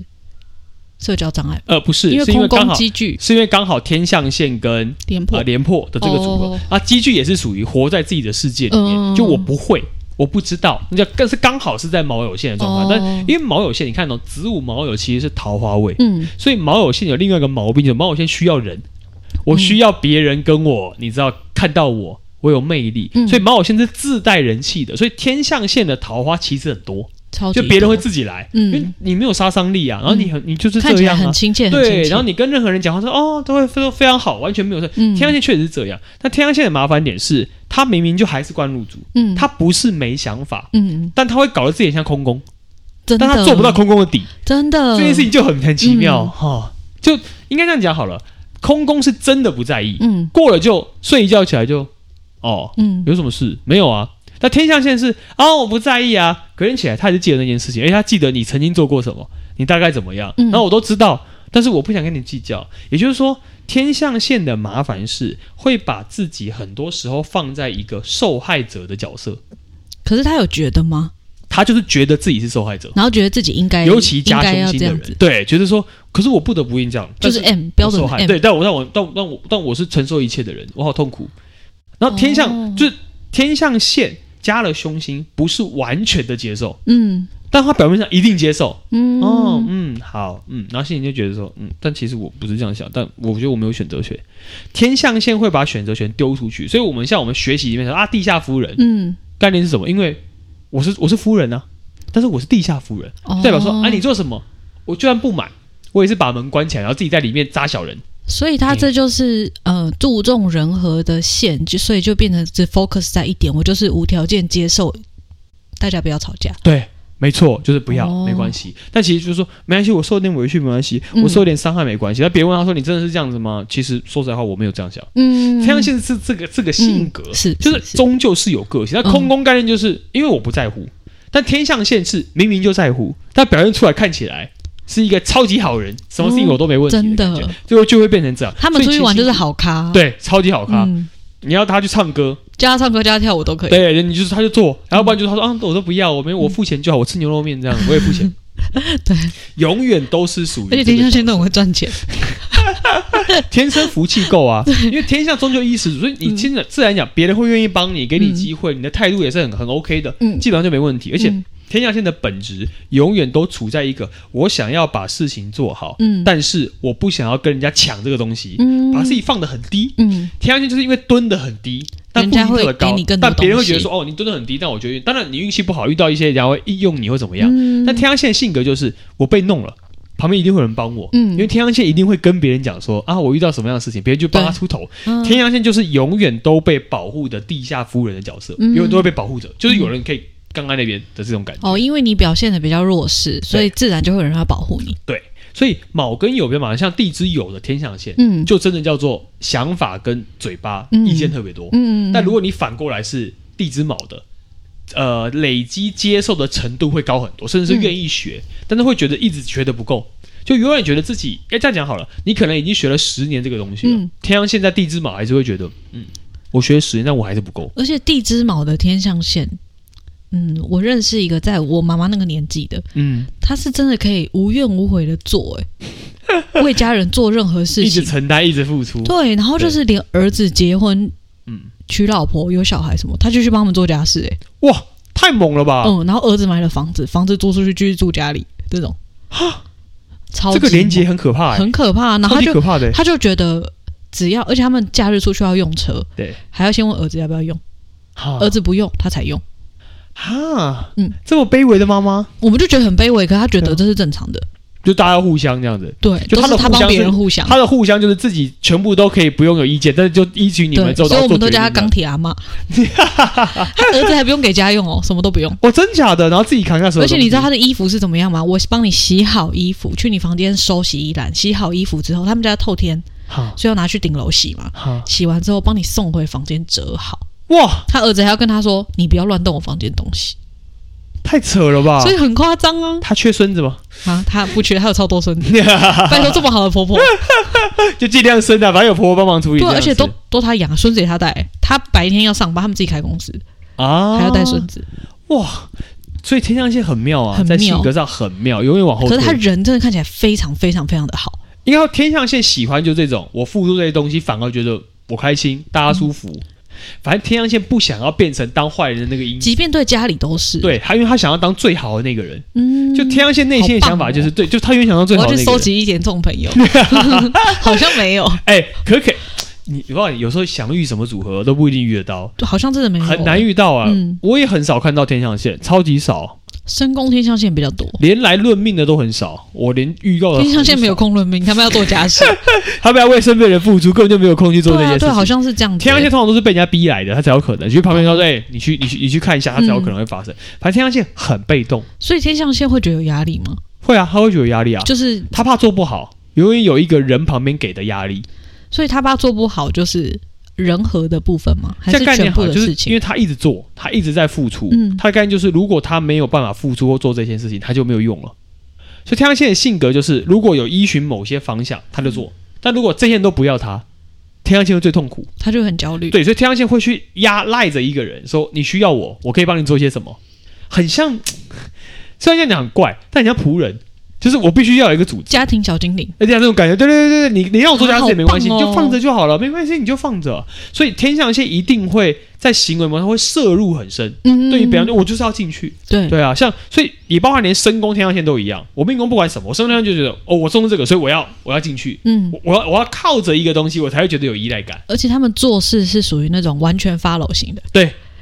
[SPEAKER 1] 社交障碍，
[SPEAKER 2] 呃不是，
[SPEAKER 1] 因为
[SPEAKER 2] 是因为
[SPEAKER 1] 空
[SPEAKER 2] 刚
[SPEAKER 1] 宫
[SPEAKER 2] 好
[SPEAKER 1] 积聚
[SPEAKER 2] 是因为刚好天象线跟
[SPEAKER 1] 点破
[SPEAKER 2] 啊呃廉颇的这个组合、
[SPEAKER 1] 哦
[SPEAKER 2] 啊，积聚也是属于活在自己的世界里面，
[SPEAKER 1] 嗯
[SPEAKER 2] 就我不会。我不知道，那叫更是刚好是在毛有线的状况，但
[SPEAKER 1] 哦
[SPEAKER 2] 因为毛有线，你看哦，子午卯酉其实是桃花位，
[SPEAKER 1] 嗯，
[SPEAKER 2] 所以毛有线有另外一个毛病，就是毛有线需要人，我需要别人跟我，你知道看到我，我有魅力，
[SPEAKER 1] 嗯
[SPEAKER 2] 所以毛有线是自带人气的，所以天象线的桃花其实很多，
[SPEAKER 1] 超级
[SPEAKER 2] 就别人会
[SPEAKER 1] 多
[SPEAKER 2] 自己来，
[SPEAKER 1] 哦嗯
[SPEAKER 2] 因为你没有杀伤力啊，然后你很你就是
[SPEAKER 1] 看
[SPEAKER 2] 这
[SPEAKER 1] 起来
[SPEAKER 2] 样
[SPEAKER 1] 很
[SPEAKER 2] 啊。
[SPEAKER 1] 亲切，很亲
[SPEAKER 2] 对，
[SPEAKER 1] 切。
[SPEAKER 2] 然后你跟任何人讲话说哦，都会都非常好，完全没有事。
[SPEAKER 1] 嗯
[SPEAKER 2] 天象线确实是这样，但天象线的麻烦点是，他明明就还是官路主，
[SPEAKER 1] 嗯，
[SPEAKER 2] 他不是没想法，
[SPEAKER 1] 嗯，
[SPEAKER 2] 但他会搞得自己很像空工，
[SPEAKER 1] 真的
[SPEAKER 2] 但他做不到，空工的底，
[SPEAKER 1] 真的
[SPEAKER 2] 这件事情就很很奇妙
[SPEAKER 1] 嗯
[SPEAKER 2] 哈、就应该这样讲好了，空工是真的不在意，
[SPEAKER 1] 嗯
[SPEAKER 2] 过了就睡一觉起来就哦，
[SPEAKER 1] 嗯，
[SPEAKER 2] 有什么事没有啊？那天象线是啊，我不在意啊。隔天起来，他还是记得那件事情，而且哎他记得你曾经做过什么，你大概怎么样，
[SPEAKER 1] 嗯
[SPEAKER 2] 然后我都知道，但是我不想跟你计较。也就是说，天象线的麻烦是会把自己很多时候放在一个受害者的角色，
[SPEAKER 1] 可是他有觉得吗？
[SPEAKER 2] 他就是觉得自己是受害者，
[SPEAKER 1] 然后觉得自己应该，
[SPEAKER 2] 尤其
[SPEAKER 1] 哎应
[SPEAKER 2] 家
[SPEAKER 1] 该
[SPEAKER 2] 凶
[SPEAKER 1] 要
[SPEAKER 2] 心
[SPEAKER 1] 这
[SPEAKER 2] 的
[SPEAKER 1] 样
[SPEAKER 2] 人
[SPEAKER 1] 子，，
[SPEAKER 2] 对，觉得说，可是我不得不应这样，
[SPEAKER 1] 就
[SPEAKER 2] 但
[SPEAKER 1] 是 M 标准
[SPEAKER 2] 我
[SPEAKER 1] 的
[SPEAKER 2] 受害
[SPEAKER 1] M，
[SPEAKER 2] 对，但我但我但我但我但我是承受一切的人，我好痛苦。然后天象、
[SPEAKER 1] 哦
[SPEAKER 2] 就是天象线加了凶星，不是完全的接受，
[SPEAKER 1] 嗯
[SPEAKER 2] 但他表面上一定接受。
[SPEAKER 1] 嗯
[SPEAKER 2] 哦，嗯，好，嗯，然后心里就觉得说，嗯，但其实我不是这样想，但我觉得我没有选择权。天象线会把选择权丢出去，所以我们像我们学习里面说啊，地下夫人
[SPEAKER 1] 嗯，
[SPEAKER 2] 概念是什么？因为我是我是夫人啊，但是我是地下夫人，
[SPEAKER 1] 哦
[SPEAKER 2] 代表说啊，你做什么？我就算不买，我也是把门关起来，然后自己在里面扎小人。
[SPEAKER 1] 所以他这
[SPEAKER 2] 嗯
[SPEAKER 1] 就是呃注重人和的线，就所以就变成只 focus 在一点，我就是无条件接受，大家不要吵架，
[SPEAKER 2] 对，没错，就是不要，
[SPEAKER 1] 哦
[SPEAKER 2] 没关系。但其实就是说，没关系，我受点委屈没关系，
[SPEAKER 1] 嗯
[SPEAKER 2] 我受点伤害没关系。那别人问他说：“你真的是这样子吗？”其实说实在话，我没有这样想。
[SPEAKER 1] 嗯
[SPEAKER 2] 天象线是这个这个性格，
[SPEAKER 1] 是
[SPEAKER 2] 就是
[SPEAKER 1] 是嗯
[SPEAKER 2] 终究是有个性。那空宫概念就是因为我不在乎，但天象线是明明就在乎，但表现出来看起来是一个超级好人，什么事情我都没问题、
[SPEAKER 1] 哦真
[SPEAKER 2] 的
[SPEAKER 1] 的
[SPEAKER 2] 感觉，，最后就会变成这样。
[SPEAKER 1] 他们出去玩就是
[SPEAKER 2] 所以
[SPEAKER 1] 好咖，
[SPEAKER 2] 其实，对超级好咖。
[SPEAKER 1] 嗯，
[SPEAKER 2] 你要他去唱歌，
[SPEAKER 1] 叫他唱歌，叫他跳舞都可以，
[SPEAKER 2] 对，你就是他就做，然后不然就是他说、啊，我都不要，我没有我付钱就好，我吃牛肉面这样，我也付钱。
[SPEAKER 1] 对，
[SPEAKER 2] 永远都是属于
[SPEAKER 1] 而且
[SPEAKER 2] 这
[SPEAKER 1] 天
[SPEAKER 2] 个
[SPEAKER 1] 象线都很会赚钱，
[SPEAKER 2] 天生福气 够啊，因为天下终究衣食足，所以你
[SPEAKER 1] 嗯
[SPEAKER 2] 真的自然讲，别人会愿意帮你，给你
[SPEAKER 1] 嗯
[SPEAKER 2] 机会，你的态度也是很很 OK 的，
[SPEAKER 1] 嗯
[SPEAKER 2] 基本上就没问题。而且
[SPEAKER 1] 嗯
[SPEAKER 2] 天下线的本质永远都处在一个我想要把事情做好，
[SPEAKER 1] 嗯
[SPEAKER 2] 但是我不想要跟人家抢这个东西，
[SPEAKER 1] 嗯
[SPEAKER 2] 把自己放得很低，
[SPEAKER 1] 嗯
[SPEAKER 2] 天上线就是因为蹲的很低，但
[SPEAKER 1] 人
[SPEAKER 2] 不一
[SPEAKER 1] 家
[SPEAKER 2] 定
[SPEAKER 1] 会
[SPEAKER 2] 特高，
[SPEAKER 1] 给你更多
[SPEAKER 2] 但别人会
[SPEAKER 1] 东西
[SPEAKER 2] 觉得说哦，你蹲的很低，但我觉得当然你运气不好，遇到一些人家会利用你或怎么样。
[SPEAKER 1] 嗯，
[SPEAKER 2] 但天上线性格就是我被弄了，旁边一定会有人帮我，
[SPEAKER 1] 嗯
[SPEAKER 2] 因为天上线一定会跟别人讲说啊，我遇到什么样的事情，别人就帮他出头。
[SPEAKER 1] 嗯
[SPEAKER 2] 天上线就是永远都被保护的地下夫人的角色，
[SPEAKER 1] 嗯
[SPEAKER 2] 永远都会被保护者，就是有人可以刚刚那边的这种感觉。
[SPEAKER 1] 哦，因为你表现的比较弱势，所以自然就会有人要保护你，
[SPEAKER 2] 所以卯跟酉比较麻烦，像地支酉的天象线，
[SPEAKER 1] 嗯
[SPEAKER 2] 就真的叫做想法跟嘴巴、
[SPEAKER 1] 嗯
[SPEAKER 2] 意见特别多。
[SPEAKER 1] 嗯，
[SPEAKER 2] 但如果你反过来是地支卯的，呃，累积接受的程度会高很多，甚至是愿意学，
[SPEAKER 1] 嗯
[SPEAKER 2] 但是会觉得一直学的不够，就永远觉得自己，哎，这样讲好了，你可能已经学了十年这个东西了，
[SPEAKER 1] 嗯
[SPEAKER 2] 天阳现在地支卯还是会觉得，嗯，我学了十年，但我还是不够，
[SPEAKER 1] 而且地支卯的天象线，嗯，我认识一个在我妈妈那个年纪的，
[SPEAKER 2] 嗯，
[SPEAKER 1] 他是真的可以无怨无悔的做、哎，为家人做任何事
[SPEAKER 2] 一直
[SPEAKER 1] 情，
[SPEAKER 2] 承担，一直付出，
[SPEAKER 1] 对，然后就是连儿子结婚、
[SPEAKER 2] 嗯，
[SPEAKER 1] 娶老婆、有小孩什么，他就去帮他们做家事、哎、
[SPEAKER 2] 哇，太猛了吧，
[SPEAKER 1] 嗯，然后儿子买了房子，房子租出去继续住家里，这种，超级
[SPEAKER 2] 这个连接
[SPEAKER 1] 猛
[SPEAKER 2] 很可怕、哎，
[SPEAKER 1] 很可怕，然后
[SPEAKER 2] 超
[SPEAKER 1] 他
[SPEAKER 2] 级
[SPEAKER 1] 就
[SPEAKER 2] 可怕的、哎
[SPEAKER 1] 他就觉得。只要，而且他们假日出去要用车，
[SPEAKER 2] 对，啊
[SPEAKER 1] 还要先问儿子要不要用，
[SPEAKER 2] 哈
[SPEAKER 1] 儿子不用他才用。
[SPEAKER 2] 哈，
[SPEAKER 1] 呃嗯
[SPEAKER 2] 这么卑微的妈妈，
[SPEAKER 1] 我们就觉得很卑微，可他觉
[SPEAKER 2] 对啊
[SPEAKER 1] 得这是正常的。
[SPEAKER 2] 就大家互相这样子，
[SPEAKER 1] 对，
[SPEAKER 2] 就
[SPEAKER 1] 都
[SPEAKER 2] 他的
[SPEAKER 1] 是他
[SPEAKER 2] 互相
[SPEAKER 1] 帮别
[SPEAKER 2] 是
[SPEAKER 1] 人互相。
[SPEAKER 2] 他的互相就是自己全部都可以不用有意见，但是就依据你们
[SPEAKER 1] 对，
[SPEAKER 2] 之后
[SPEAKER 1] 所以我
[SPEAKER 2] 做
[SPEAKER 1] 们
[SPEAKER 2] 决
[SPEAKER 1] 都
[SPEAKER 2] 定
[SPEAKER 1] 叫他
[SPEAKER 2] 这样
[SPEAKER 1] 钢。铁阿 妈，他儿子还不用给家用哦，什么都不用。
[SPEAKER 2] 哦，真假的，然后自己扛下手。
[SPEAKER 1] 而且你知道他的衣服是怎么样吗？我帮你洗好衣服，去你房间收洗衣篮，洗好衣服之后，他们家透天，
[SPEAKER 2] 哈
[SPEAKER 1] 所以要拿去顶楼洗嘛。
[SPEAKER 2] 哈
[SPEAKER 1] 洗完之后帮你送回房间折好。
[SPEAKER 2] 哇，
[SPEAKER 1] 他儿子还要跟他说：“你不要乱动我房间东西。
[SPEAKER 2] 太扯了吧
[SPEAKER 1] 所！以很夸张啊！
[SPEAKER 2] 他缺孙子吗？
[SPEAKER 1] 啊，他不缺，他有超多孙子，拜托这么好的婆婆，
[SPEAKER 2] 就尽量生啊，反正有婆婆帮忙处理
[SPEAKER 1] 对啊，
[SPEAKER 2] 这样
[SPEAKER 1] 而
[SPEAKER 2] 子。
[SPEAKER 1] 且都都他养，孙子也他带，他白天要上班，他们自己开公司，
[SPEAKER 2] 啊，
[SPEAKER 1] 还要带孙子。
[SPEAKER 2] 哇。所以天象线很妙啊，
[SPEAKER 1] 很
[SPEAKER 2] 在性
[SPEAKER 1] 妙
[SPEAKER 2] 格上很妙，永远往后
[SPEAKER 1] 可
[SPEAKER 2] 推。
[SPEAKER 1] 是他人真的看起来非常非常非常的好，嗯
[SPEAKER 2] 应该天象线喜欢就这种，我付出这些东西，反而觉得我开心，大家舒服。反正天象线不想要变成当坏人的那个因子，
[SPEAKER 1] 即便对家里都是，，
[SPEAKER 2] 对他，因为他想要当最好的那个人。
[SPEAKER 1] 嗯，
[SPEAKER 2] 就天象线内心的想法就是，对，就他原想当最
[SPEAKER 1] 哦我
[SPEAKER 2] 好
[SPEAKER 1] 要
[SPEAKER 2] 的
[SPEAKER 1] 去
[SPEAKER 2] 那个
[SPEAKER 1] 收
[SPEAKER 2] 人。
[SPEAKER 1] 集一点这种朋 友，好像没有，
[SPEAKER 2] 哎、可可，你我告诉你，有时候想遇什么组合都不一定遇得到，
[SPEAKER 1] 就好像真的没有，
[SPEAKER 2] 很难遇到啊。
[SPEAKER 1] 嗯
[SPEAKER 2] 我也很少看到天象线，超级少，
[SPEAKER 1] 深宫天象线比较多，
[SPEAKER 2] 连来论命的都很少。我连预告的
[SPEAKER 1] 天象线没有
[SPEAKER 2] 很少，
[SPEAKER 1] 空论命，他们要做家事，
[SPEAKER 2] 他们要为身边人付出，根本就没有空去 做这
[SPEAKER 1] 对
[SPEAKER 2] 件
[SPEAKER 1] 啊，
[SPEAKER 2] 事情。
[SPEAKER 1] 对，好像是嗯这样子。
[SPEAKER 2] 天象线通常都是被人家逼来的，他才有可能。去旁边说：“哎、你去，你去，你去看一下，他才有可能会发
[SPEAKER 1] 嗯
[SPEAKER 2] 生。反正天象线很被动，
[SPEAKER 1] 所以天象线会觉得有压力吗？
[SPEAKER 2] 会啊，他会觉得有压力啊，
[SPEAKER 1] 就是，
[SPEAKER 2] 他怕做不好，永远有一个人旁边给的压力。
[SPEAKER 1] 所以他爸做不好就是人和的部分吗？还
[SPEAKER 2] 这
[SPEAKER 1] 是
[SPEAKER 2] 概念
[SPEAKER 1] 全部
[SPEAKER 2] 好，
[SPEAKER 1] 的
[SPEAKER 2] 就是
[SPEAKER 1] 事
[SPEAKER 2] 因
[SPEAKER 1] 情？
[SPEAKER 2] 为他一直做，他一直在付出，
[SPEAKER 1] 嗯
[SPEAKER 2] 他的概念就是，如果他没有办法付出或做这件事情，他就没有用了。所以天象线的性格就是，如果有依循某些方向，他就
[SPEAKER 1] 嗯
[SPEAKER 2] 做；但如果这些人都不要他，天象线会最痛苦。
[SPEAKER 1] 他就很焦虑。
[SPEAKER 2] 对，所以天象线会去压赖着一个人，说你需要我，我可以帮你做些什么，很像，虽然这样讲很怪，但很像仆人，就是我必须要有一个组织。
[SPEAKER 1] 家庭小精灵，
[SPEAKER 2] 而且那种感觉，对对对对，你你让我做家
[SPEAKER 1] 啊
[SPEAKER 2] 事也
[SPEAKER 1] 好棒
[SPEAKER 2] 没关系，
[SPEAKER 1] 哦
[SPEAKER 2] 你就放着就好了，没关系，你就放着。所以天象线一定会在行为模式会摄入很深。
[SPEAKER 1] 嗯，
[SPEAKER 2] 对于别人，我就是要进去，
[SPEAKER 1] 对
[SPEAKER 2] 对啊，像所以也包含连身宫天象线都一样。我命宫不管什么，我身宫天象线就觉得哦，我中这个，所以我要我要进去，
[SPEAKER 1] 嗯，
[SPEAKER 2] 我我要我要靠着一个东西，我才会觉得有依赖感。
[SPEAKER 1] 而且他们做事是属于那种完全 follow 型的，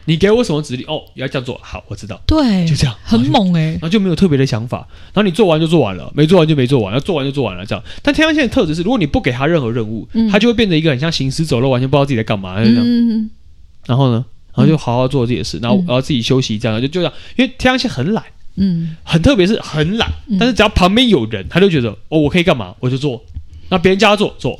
[SPEAKER 2] 你给我什么指令，哦，要这样做，好，我知道，
[SPEAKER 1] 对
[SPEAKER 2] 就，这样，
[SPEAKER 1] 很猛哎、
[SPEAKER 2] 然后就没有特别的想法，然后你做完就做完了，没做完就没做完，然后做完就做完了这样。但天象线的特质是，如果你不给他任何任务，
[SPEAKER 1] 嗯
[SPEAKER 2] 他就会变成一个很像行尸走肉，完全不知道自己在干嘛，啊就这样。
[SPEAKER 1] 嗯，
[SPEAKER 2] 然后呢，然后就好好做自己的事，然后
[SPEAKER 1] 嗯
[SPEAKER 2] 然后自己休息这样，就就这样。因为天象线很懒，
[SPEAKER 1] 嗯，
[SPEAKER 2] 很特别是很懒
[SPEAKER 1] 嗯，
[SPEAKER 2] 但是只要旁边有人，他就觉得哦，我可以干嘛我就做，那别人叫他做做，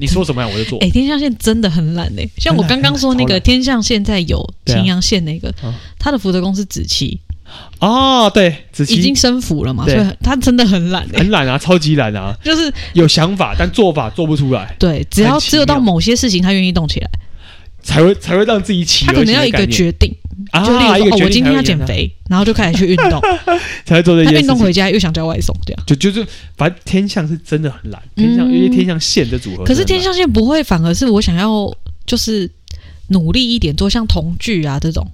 [SPEAKER 2] 你说什么样我就做
[SPEAKER 1] 哎、。天象线真的很懒哎、像我刚刚说那
[SPEAKER 2] 很
[SPEAKER 1] 个
[SPEAKER 2] 懒
[SPEAKER 1] 天象线在有
[SPEAKER 2] 对啊
[SPEAKER 1] 秦阳线那个
[SPEAKER 2] 啊，
[SPEAKER 1] 他的福德宫是子期，
[SPEAKER 2] 哦，对，子
[SPEAKER 1] 已
[SPEAKER 2] 琪
[SPEAKER 1] 经升福了嘛，所
[SPEAKER 2] 对
[SPEAKER 1] 以他真的很懒哎、
[SPEAKER 2] 很懒啊，超级懒 啊，
[SPEAKER 1] 就是
[SPEAKER 2] 有想法但做法做不出来，
[SPEAKER 1] 对，只要
[SPEAKER 2] 很奇
[SPEAKER 1] 只有到
[SPEAKER 2] 妙
[SPEAKER 1] 某些事情他愿意动起来，
[SPEAKER 2] 才会才会让自己起
[SPEAKER 1] 他可
[SPEAKER 2] 而
[SPEAKER 1] 能
[SPEAKER 2] 且
[SPEAKER 1] 要
[SPEAKER 2] 的
[SPEAKER 1] 一
[SPEAKER 2] 概
[SPEAKER 1] 个
[SPEAKER 2] 念。
[SPEAKER 1] 决定，
[SPEAKER 2] 啊，
[SPEAKER 1] 就例如
[SPEAKER 2] 一
[SPEAKER 1] 说、
[SPEAKER 2] 个
[SPEAKER 1] 哦
[SPEAKER 2] 决定
[SPEAKER 1] 我今天
[SPEAKER 2] 才
[SPEAKER 1] 要
[SPEAKER 2] 会
[SPEAKER 1] 减
[SPEAKER 2] 赢啊，
[SPEAKER 1] 肥，然后就开始去运 动，
[SPEAKER 2] 才会做这
[SPEAKER 1] 他
[SPEAKER 2] 件
[SPEAKER 1] 运
[SPEAKER 2] 事
[SPEAKER 1] 动回
[SPEAKER 2] 情。
[SPEAKER 1] 家又想叫外送这样。
[SPEAKER 2] 就就是，反正天象是真的很懒，天象
[SPEAKER 1] 嗯
[SPEAKER 2] 因为天象线的组合
[SPEAKER 1] 可
[SPEAKER 2] 真的很懒。
[SPEAKER 1] 是天象线不会，反而是我想要就是努力一点做，像同剧啊这种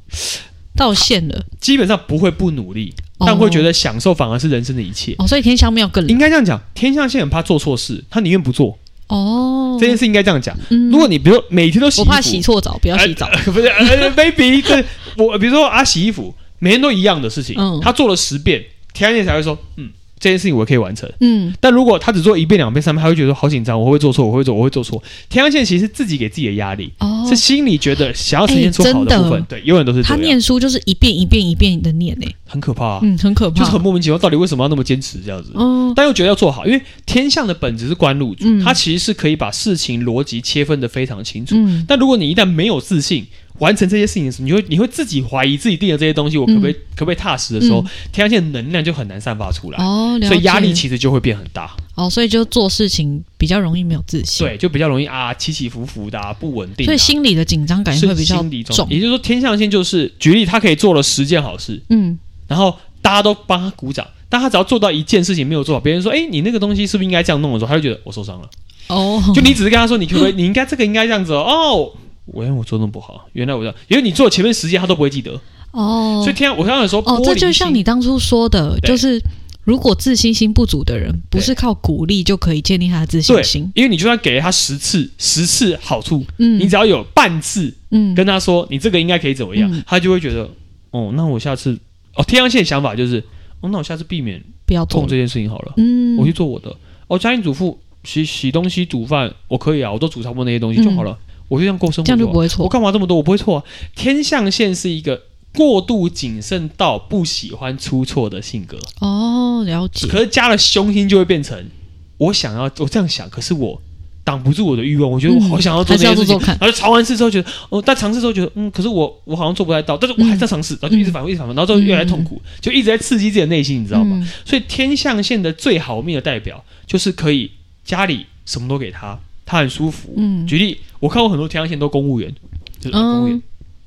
[SPEAKER 1] 到线了，
[SPEAKER 2] 基本上不会不努力，
[SPEAKER 1] 哦
[SPEAKER 2] 但会觉得享受反而是人生的一切。
[SPEAKER 1] 哦，所以天象庙更
[SPEAKER 2] 应该这样讲，天象线很怕做错事，他宁愿不做
[SPEAKER 1] 哦。
[SPEAKER 2] 这件事，应该这样讲。
[SPEAKER 1] 嗯
[SPEAKER 2] 如果你比如说每天都洗
[SPEAKER 1] 我
[SPEAKER 2] 衣服，
[SPEAKER 1] 怕洗错澡，不要洗澡，
[SPEAKER 2] 呃不是呃 baby，这我比如说啊，洗衣服每天都一样的事情，
[SPEAKER 1] 嗯
[SPEAKER 2] 他做了十遍，天象线才会说，嗯，这件事情我可以完成。
[SPEAKER 1] 嗯，
[SPEAKER 2] 但如果他只做一遍、两遍、三遍，他会觉得好紧张，我会不会做错，我会不会做，我会做错。天象线其实是自己给自己的压力，
[SPEAKER 1] 哦
[SPEAKER 2] 是，心里觉得想要呈现出好
[SPEAKER 1] 哎
[SPEAKER 2] 部分，
[SPEAKER 1] 真的
[SPEAKER 2] 对，永远都是
[SPEAKER 1] 他
[SPEAKER 2] 这样，
[SPEAKER 1] 念书就是一遍一遍一遍的念呢，
[SPEAKER 2] 很可怕、啊，
[SPEAKER 1] 嗯，很可
[SPEAKER 2] 就是
[SPEAKER 1] 怕
[SPEAKER 2] 很，莫名其妙，到底为什么要那么坚持这样子？
[SPEAKER 1] 嗯
[SPEAKER 2] 但又觉得要做好，因为天象的本质是官禄主，
[SPEAKER 1] 嗯
[SPEAKER 2] 它其实是可以把事情逻辑切分的非常清楚。
[SPEAKER 1] 嗯，
[SPEAKER 2] 但如果你一旦没有自信，完成这些事情的时候，你会你会自己怀疑自己定的这些东西，我可不可以、可不可以踏实的时候，
[SPEAKER 1] 嗯
[SPEAKER 2] 天象线的能量就很难散发出来，
[SPEAKER 1] 哦，了
[SPEAKER 2] 所以压力
[SPEAKER 1] 解
[SPEAKER 2] 其实就会变很大，
[SPEAKER 1] 哦，所以就做事情比较容易没有自信，，
[SPEAKER 2] 对，就比较容易啊起起伏伏的、啊、不稳定、啊，
[SPEAKER 1] 所以心理的紧张感
[SPEAKER 2] 是
[SPEAKER 1] 会比较
[SPEAKER 2] 心理状
[SPEAKER 1] 重
[SPEAKER 2] 态，也就是说，天象线就是举例，他可以做了十件好事，
[SPEAKER 1] 嗯，
[SPEAKER 2] 然后大家都帮他鼓掌，但他只要做到一件事情没有做好，别人说：“哎，你那个东西是不是应该这样弄？”的时候，他就觉得我受伤了。
[SPEAKER 1] 哦，
[SPEAKER 2] 就你只是跟他说：“你可不可以？你应该这个应该这样子哦。”哦，我原来我做得那么不好，原来我的，因为你做前面十件他都不会记得，
[SPEAKER 1] 哦，
[SPEAKER 2] 所以天，我刚刚有说，
[SPEAKER 1] 哦，这就像你当初说的，
[SPEAKER 2] 对
[SPEAKER 1] 就是如果自信心不足的人，不是靠鼓励就可以建立他的自信
[SPEAKER 2] 对
[SPEAKER 1] 心。，
[SPEAKER 2] 因为你就算给了他十次，十次好处，
[SPEAKER 1] 嗯，
[SPEAKER 2] 你只要有半次
[SPEAKER 1] 嗯
[SPEAKER 2] 跟他说你这个应该可以怎么样，
[SPEAKER 1] 嗯
[SPEAKER 2] 他就会觉得哦，那我下次哦，天象线想法就是哦，那我下次避免
[SPEAKER 1] 不要
[SPEAKER 2] 碰
[SPEAKER 1] 做，
[SPEAKER 2] 这件事情好了。
[SPEAKER 1] 嗯，
[SPEAKER 2] 我去做我的。哦，家庭主妇洗洗东西、煮饭，我可以啊，我都煮差不多那些东西就好了，我就这样过生
[SPEAKER 1] 嗯
[SPEAKER 2] 活
[SPEAKER 1] 这样就
[SPEAKER 2] 好
[SPEAKER 1] 不会
[SPEAKER 2] 我
[SPEAKER 1] 错。
[SPEAKER 2] 干嘛这么多？我不会错啊。天象线是一个过度谨慎到不喜欢出错的性格，
[SPEAKER 1] 哦，了解。
[SPEAKER 2] 可是加了凶心就会变成我想要我这样想，可是我。挡不住我的欲望，我觉得我
[SPEAKER 1] 嗯
[SPEAKER 2] 好想要
[SPEAKER 1] 还
[SPEAKER 2] 做这
[SPEAKER 1] 是要
[SPEAKER 2] 件事
[SPEAKER 1] 做
[SPEAKER 2] 情，
[SPEAKER 1] 做看
[SPEAKER 2] 然后就尝完试之后觉得，哦，但尝试之后觉得，嗯，可是我我好像做不太到，但是我还
[SPEAKER 1] 嗯
[SPEAKER 2] 在尝试，然后就一直反复，一直反复，然后之后越来越痛苦，就一直在刺激自己的内心，你知道吗？
[SPEAKER 1] 嗯？
[SPEAKER 2] 所以天象线的最好命的代表就是可以家里什么都给他，他很舒服。
[SPEAKER 1] 嗯，
[SPEAKER 2] 举例，我看过很多天象线都公务员，就是、啊
[SPEAKER 1] 嗯
[SPEAKER 2] 公务员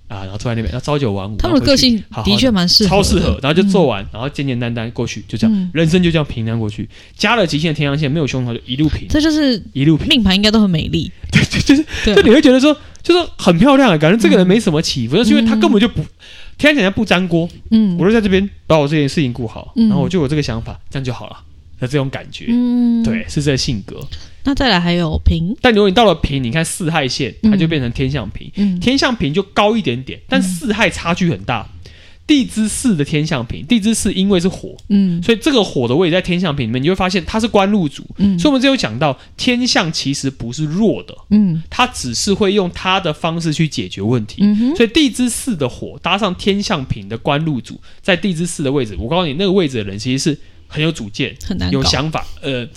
[SPEAKER 2] 啊，然后坐在那边，然后朝九晚五。
[SPEAKER 1] 他们的个性
[SPEAKER 2] 好好
[SPEAKER 1] 的确蛮适合，
[SPEAKER 2] 超适合，。然后就做完，然后简简单单过去，就这样，
[SPEAKER 1] 嗯
[SPEAKER 2] 人生就这样平淡过去。加了极限天阳线，没有胸膛就一路平，
[SPEAKER 1] 这就是
[SPEAKER 2] 一路平，
[SPEAKER 1] 命盘应该都很美丽，啊
[SPEAKER 2] 就你会觉得说，就是很漂亮，感觉这个人没什么起伏，就是因为他根本就不天阳线不沾锅，
[SPEAKER 1] 嗯
[SPEAKER 2] 我就在这边把我这件事情顾好，
[SPEAKER 1] 嗯
[SPEAKER 2] 然后我就有这个想法，这样就好了的这种感觉。
[SPEAKER 1] 嗯，
[SPEAKER 2] 对，是这个性格。
[SPEAKER 1] 那再来还有平，
[SPEAKER 2] 但如果你到了平，你看四害线，它就变成天象平，
[SPEAKER 1] 嗯
[SPEAKER 2] 天象平就高一点点，但四害差距很大。地支四的天象平，地支四因为是火，
[SPEAKER 1] 嗯
[SPEAKER 2] 所以这个火的位置在天象平里面，你会发现它是官禄主。
[SPEAKER 1] 嗯，
[SPEAKER 2] 所以我们这有讲到，天象其实不是弱的，
[SPEAKER 1] 嗯
[SPEAKER 2] 它只是会用它的方式去解决问题。
[SPEAKER 1] 嗯哼，
[SPEAKER 2] 所以地支四的火搭上天象平的官禄主，在地支四的位置，我告诉你，那个位置的人其实是很有主见、
[SPEAKER 1] 很难
[SPEAKER 2] 有
[SPEAKER 1] 搞，
[SPEAKER 2] 想法，呃，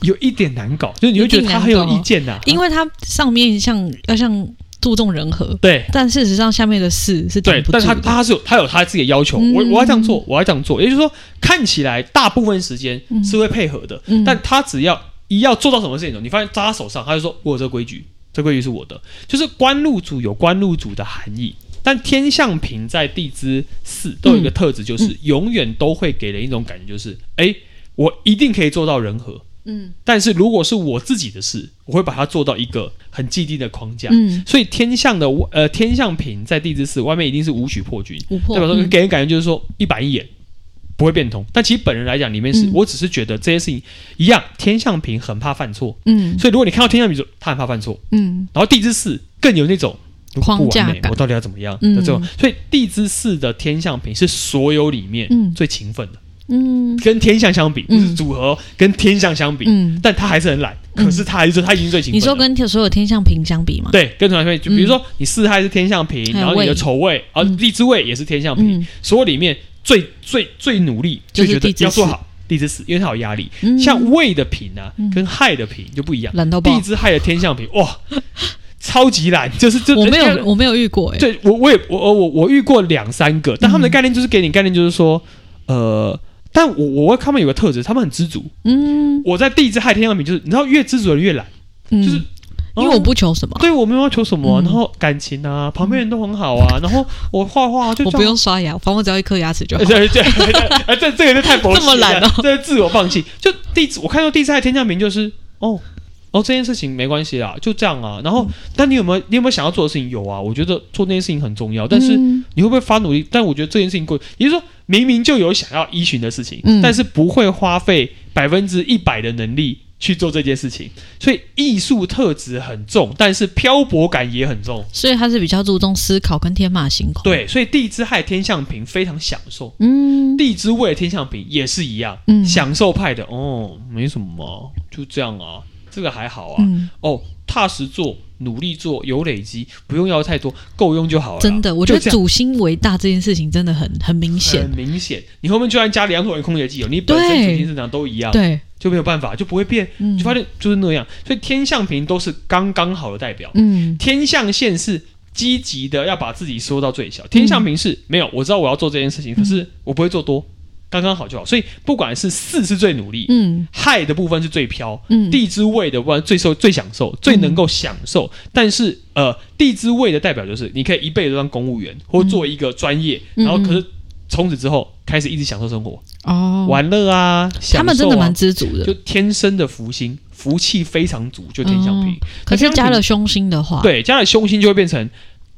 [SPEAKER 2] 有一点难搞，就是你会觉得他很有意见啊呐、
[SPEAKER 1] 因为它上面像要像注重人和，
[SPEAKER 2] 对
[SPEAKER 1] 但事实上下面的事是
[SPEAKER 2] 对
[SPEAKER 1] 挺，不
[SPEAKER 2] 但是
[SPEAKER 1] 住的，
[SPEAKER 2] 他他是有他有他自己的要求，
[SPEAKER 1] 嗯
[SPEAKER 2] 我我要这样做，我要这样做，也就是说，看起来大部分时间
[SPEAKER 1] 嗯
[SPEAKER 2] 是会配合的，
[SPEAKER 1] 嗯
[SPEAKER 2] 但他只要一要做到什么事情，你发现扎他手上，他就说我有这个规矩，这规矩是我的，就是官禄主有官禄主的含义。但天象平在地支四
[SPEAKER 1] 嗯
[SPEAKER 2] 都有一个特质，就是永远都会给人一种感觉，就是哎、我一定可以做到人和。
[SPEAKER 1] 嗯
[SPEAKER 2] 但是如果是我自己的事，我会把它做到一个很既定的框架。
[SPEAKER 1] 嗯
[SPEAKER 2] 所以天象的呃天象平在地支四外面一定是武曲破军，
[SPEAKER 1] 五破
[SPEAKER 2] 代表说
[SPEAKER 1] 嗯
[SPEAKER 2] 给人感觉就是说一板一眼，不会变通。但其实本人来讲，里面是、
[SPEAKER 1] 嗯
[SPEAKER 2] 我只是觉得这些事情一样，天象平很怕犯错，
[SPEAKER 1] 嗯
[SPEAKER 2] 所以如果你看到天象平说他很怕犯错，
[SPEAKER 1] 嗯
[SPEAKER 2] 然后地支四更有那种。如果不
[SPEAKER 1] 框架
[SPEAKER 2] 完美，
[SPEAKER 1] 感
[SPEAKER 2] 我到底要怎么样的这种？
[SPEAKER 1] 嗯
[SPEAKER 2] 所以地支四的天象平是所有里面
[SPEAKER 1] 嗯
[SPEAKER 2] 最勤奋的，
[SPEAKER 1] 嗯
[SPEAKER 2] 跟天象相比，不是
[SPEAKER 1] 嗯
[SPEAKER 2] 组合哦，跟天象相比，
[SPEAKER 1] 嗯，
[SPEAKER 2] 但他还是很懒，
[SPEAKER 1] 嗯
[SPEAKER 2] 可是他还是他已经最勤奋了。
[SPEAKER 1] 你说跟所有天象平相比吗？
[SPEAKER 2] 对跟同学就比如
[SPEAKER 1] 嗯
[SPEAKER 2] 说你四害是天象平，
[SPEAKER 1] 还有
[SPEAKER 2] 然后你的
[SPEAKER 1] 位
[SPEAKER 2] 丑位，然后
[SPEAKER 1] 嗯
[SPEAKER 2] 地支位也是天象平，
[SPEAKER 1] 嗯，
[SPEAKER 2] 所有里面最最最努力，
[SPEAKER 1] 就
[SPEAKER 2] 最
[SPEAKER 1] 是
[SPEAKER 2] 觉得
[SPEAKER 1] 地支
[SPEAKER 2] 要做
[SPEAKER 1] 四
[SPEAKER 2] 好地支四，因为它有压力。
[SPEAKER 1] 嗯
[SPEAKER 2] 像胃的平啊
[SPEAKER 1] 嗯，
[SPEAKER 2] 跟亥的平就不一样，
[SPEAKER 1] 懒到
[SPEAKER 2] 地
[SPEAKER 1] 爆，
[SPEAKER 2] 支亥的天象平，哇，超级懒，就是就
[SPEAKER 1] 我没
[SPEAKER 2] 人家
[SPEAKER 1] 有我没有遇过哎，
[SPEAKER 2] 对我我也我呃我我我遇过两三个，但他们的
[SPEAKER 1] 嗯
[SPEAKER 2] 概念就是给你概念就是说，呃，但我我会看他们有个特质，他们很知足。
[SPEAKER 1] 嗯
[SPEAKER 2] 我在地支亥天象平就是，你知道越知足的人越懒，
[SPEAKER 1] 嗯，
[SPEAKER 2] 就是
[SPEAKER 1] 因为我不求什么，
[SPEAKER 2] 对我没有要求什么啊，
[SPEAKER 1] 嗯
[SPEAKER 2] 然后感情啊，旁边人都很 好啊，然后我画画啊就
[SPEAKER 1] 我
[SPEAKER 2] 装
[SPEAKER 1] 不用刷牙，反正我只要一颗牙齿就好
[SPEAKER 2] 对。对对，哎，这这个就太佛系了
[SPEAKER 1] 这么懒哦
[SPEAKER 2] 这是自我放弃。就第我看到第四代天降明就是哦哦这件事情没关系啦，就这样啊。然
[SPEAKER 1] 嗯
[SPEAKER 2] 后，但你有没有你有没有想要做的事情？有啊，我觉得做那件事情很重要，但是
[SPEAKER 1] 嗯
[SPEAKER 2] 你会不会发努力？但我觉得这件事情过，也就是说明明就有想要依循的事情，
[SPEAKER 1] 嗯
[SPEAKER 2] 但是不会花费百分之一百的能力。去做这件事情，所以艺术特质很重，但是漂泊感也很重。
[SPEAKER 1] 所以他是比较注重思考跟天马行空。，
[SPEAKER 2] 对，所以地支亥天象平非常享受，
[SPEAKER 1] 嗯，
[SPEAKER 2] 地支位的天象平也是一样，
[SPEAKER 1] 嗯
[SPEAKER 2] 享受派的哦，没什么、啊，就这样啊，这个还好啊，
[SPEAKER 1] 嗯，
[SPEAKER 2] 哦，踏实做，努力做，有累积，不用要太多，够用就好了啦。
[SPEAKER 1] 真的，我觉
[SPEAKER 2] 啊就这
[SPEAKER 1] 得
[SPEAKER 2] 样
[SPEAKER 1] 主心为大这件事情真的很很明显
[SPEAKER 2] 很。明显，你后面就算加两桶的空姐机油，你本身
[SPEAKER 1] 对
[SPEAKER 2] 主心市场都一样，
[SPEAKER 1] 对，
[SPEAKER 2] 就没有办法，就不会变，
[SPEAKER 1] 嗯
[SPEAKER 2] 就发现就是那样。所以天象平都是刚刚好的代表，
[SPEAKER 1] 嗯
[SPEAKER 2] 天象线是积极的，要把自己缩到最小。天象平是、没有，我知道我要做这件事
[SPEAKER 1] 嗯
[SPEAKER 2] 情，可是我不会做多，刚刚好就好。所以不管是四是最努力，
[SPEAKER 1] 嗯
[SPEAKER 2] 亥、的部分是最飘，
[SPEAKER 1] 嗯，
[SPEAKER 2] 地支位的部分最受最享受，最能够享受。但是呃，地支位的代表就是你可以一辈子当公务员，或做一个专业，
[SPEAKER 1] 嗯
[SPEAKER 2] 然后可是从此之后开始一直享受生活，
[SPEAKER 1] 哦，
[SPEAKER 2] 玩乐啊，享受啊
[SPEAKER 1] 他们真的蛮知足
[SPEAKER 2] 就
[SPEAKER 1] 的。
[SPEAKER 2] 天生的福星，福气非常足，就天象平。
[SPEAKER 1] 哦可是加了凶啊星的话，，
[SPEAKER 2] 对，加了凶星就会变成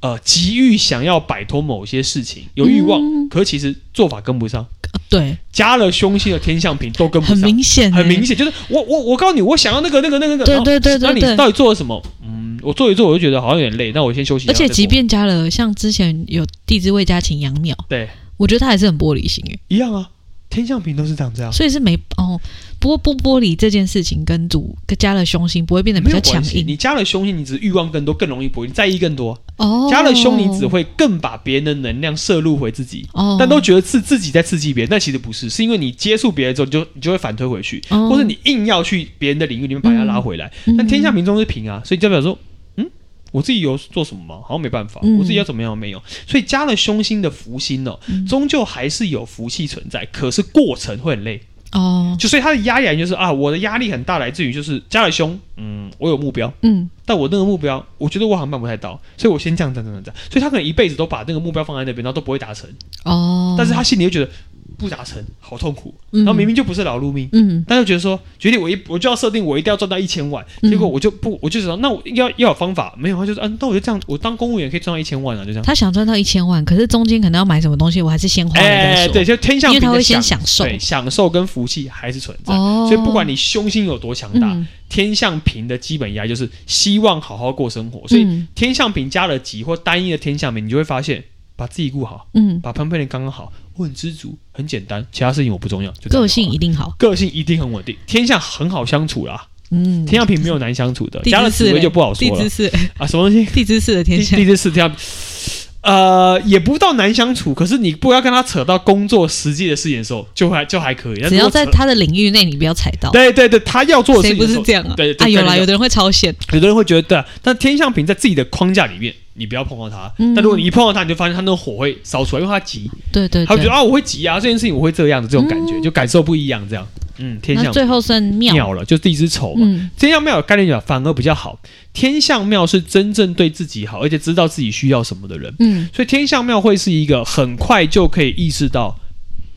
[SPEAKER 2] 呃急于想要摆脱某些事情，有欲望，
[SPEAKER 1] 嗯
[SPEAKER 2] 可其实做法跟不上。
[SPEAKER 1] 对，
[SPEAKER 2] 加了凶星的天象平都跟不
[SPEAKER 1] 很
[SPEAKER 2] 上，
[SPEAKER 1] 明显欸，
[SPEAKER 2] 很明显，啊就是我我我告诉你，我想要那个那个那个那个，
[SPEAKER 1] 对
[SPEAKER 2] 然后
[SPEAKER 1] 对对
[SPEAKER 2] 那
[SPEAKER 1] 对
[SPEAKER 2] 你
[SPEAKER 1] 对。
[SPEAKER 2] 到底做了什么？嗯，我做一做我就觉得好像有点累，那我先休息一
[SPEAKER 1] 而
[SPEAKER 2] 下再
[SPEAKER 1] 且
[SPEAKER 2] 做。
[SPEAKER 1] 即便加了，像之前有地支未加秦阳庙，
[SPEAKER 2] 对
[SPEAKER 1] 我觉得他还是很玻璃心诶，
[SPEAKER 2] 一样啊，天象平都是长这样。
[SPEAKER 1] 所以是没哦。不过不玻璃这件事情跟主跟加了凶星不会变得比
[SPEAKER 2] 没有
[SPEAKER 1] 较
[SPEAKER 2] 关
[SPEAKER 1] 强
[SPEAKER 2] 系，
[SPEAKER 1] 硬
[SPEAKER 2] 你加了凶星，你只是欲望更多，更容易博，你在意更多。
[SPEAKER 1] 哦。
[SPEAKER 2] 加了凶，你只会更把别人的能量摄入回自己。
[SPEAKER 1] 哦，
[SPEAKER 2] 但都觉得是自己在刺激别人，但其实不是，是因为你接触别人之后，你就你就会反推回去，
[SPEAKER 1] 哦
[SPEAKER 2] 或者你硬要去别人的领域里面把人家拉回来。
[SPEAKER 1] 嗯
[SPEAKER 2] 但天下民众是平啊，所以代表说，嗯，我自己有做什么吗？好像没办法，
[SPEAKER 1] 嗯
[SPEAKER 2] 我自己要怎么样没有，所以加了凶星的福星哦，
[SPEAKER 1] 嗯
[SPEAKER 2] 终究还是有福气存在，可是过程会很累。
[SPEAKER 1] 哦，
[SPEAKER 2] 就所以他的压力来源就是啊，我的压力很大，来自于就是家里凶，嗯，我有目标，
[SPEAKER 1] 嗯
[SPEAKER 2] 但我那个目标，我觉得我好像办不太到，所以我先这样这样这样这样，所以他可能一辈子都把那个目标放在那边，然后都不会达成，
[SPEAKER 1] 哦，
[SPEAKER 2] 但是他心里又觉得不达成好痛苦，
[SPEAKER 1] 嗯
[SPEAKER 2] 然后明明就不是老路命。
[SPEAKER 1] 嗯
[SPEAKER 2] 但又觉得说，决定我一我就要设定我一定要赚到一千万，
[SPEAKER 1] 嗯
[SPEAKER 2] 结果我就不我就想，那我要要有方法，没有他就是啊，那我就这样，我当公务员可以赚到一千万啊，就这样。
[SPEAKER 1] 他想赚到一千万，可是中间可能要买什么东西，我还是先花了再说，
[SPEAKER 2] 哎对，就天下
[SPEAKER 1] 因为他会先
[SPEAKER 2] 享
[SPEAKER 1] 享受
[SPEAKER 2] 对享受跟福气还是存在，
[SPEAKER 1] 哦，
[SPEAKER 2] 所以不管你凶心有多强大，
[SPEAKER 1] 嗯
[SPEAKER 2] 天象平的基本压力就是希望好好过生活，所以
[SPEAKER 1] 嗯
[SPEAKER 2] 天象平加了几或单一的天象平，你就会发现把自己顾好，
[SPEAKER 1] 嗯，
[SPEAKER 2] 把潘佩的刚刚好，我很知足，很简单，其他事情我不重要。就这样
[SPEAKER 1] 个
[SPEAKER 2] 就好
[SPEAKER 1] 性
[SPEAKER 2] 了
[SPEAKER 1] 一定好，
[SPEAKER 2] 个性一定很稳定，天象很好相处啦，
[SPEAKER 1] 嗯，
[SPEAKER 2] 天象平没有难相处的，
[SPEAKER 1] 地支
[SPEAKER 2] 加了紫
[SPEAKER 1] 四
[SPEAKER 2] 薇
[SPEAKER 1] 嘞
[SPEAKER 2] 就不好说
[SPEAKER 1] 地
[SPEAKER 2] 了
[SPEAKER 1] 之四，
[SPEAKER 2] 啊，什么东西？
[SPEAKER 1] 地之四的天
[SPEAKER 2] 第
[SPEAKER 1] 下
[SPEAKER 2] 第，一次天象，呃，也不到难相处，可是你不要跟他扯到工作实际的事情的时候，就还就还可以。但
[SPEAKER 1] 只
[SPEAKER 2] 如
[SPEAKER 1] 要
[SPEAKER 2] 果
[SPEAKER 1] 在
[SPEAKER 2] 扯
[SPEAKER 1] 他的领域内，你不要踩到，
[SPEAKER 2] 对对对，他要做的事
[SPEAKER 1] 谁
[SPEAKER 2] 情
[SPEAKER 1] 不
[SPEAKER 2] 的时
[SPEAKER 1] 是
[SPEAKER 2] 候
[SPEAKER 1] 这样啊？
[SPEAKER 2] 对对
[SPEAKER 1] 啊，有啦，
[SPEAKER 2] 对
[SPEAKER 1] 有的人会超限，
[SPEAKER 2] 有的人会觉得，对啊，但天象瓶在自己的框架里面，你不要碰到它。
[SPEAKER 1] 嗯
[SPEAKER 2] 但如果你一碰到它，你就发现它那个火会烧出来，因为它急，
[SPEAKER 1] 对对
[SPEAKER 2] 它会觉得
[SPEAKER 1] 对。
[SPEAKER 2] 啊，我会急啊，这件事情我会这样的这种感觉，
[SPEAKER 1] 嗯
[SPEAKER 2] 就感受不一样，这样。嗯，天
[SPEAKER 1] 那
[SPEAKER 2] 象
[SPEAKER 1] 最后剩庙，
[SPEAKER 2] 妙了，就是地支丑嘛。
[SPEAKER 1] 嗯
[SPEAKER 2] 天象妙有概念讲反而比较好，天象妙是真正对自己好，而且知道自己需要什么的人，
[SPEAKER 1] 嗯
[SPEAKER 2] 所以天象妙会是一个很快就可以意识到，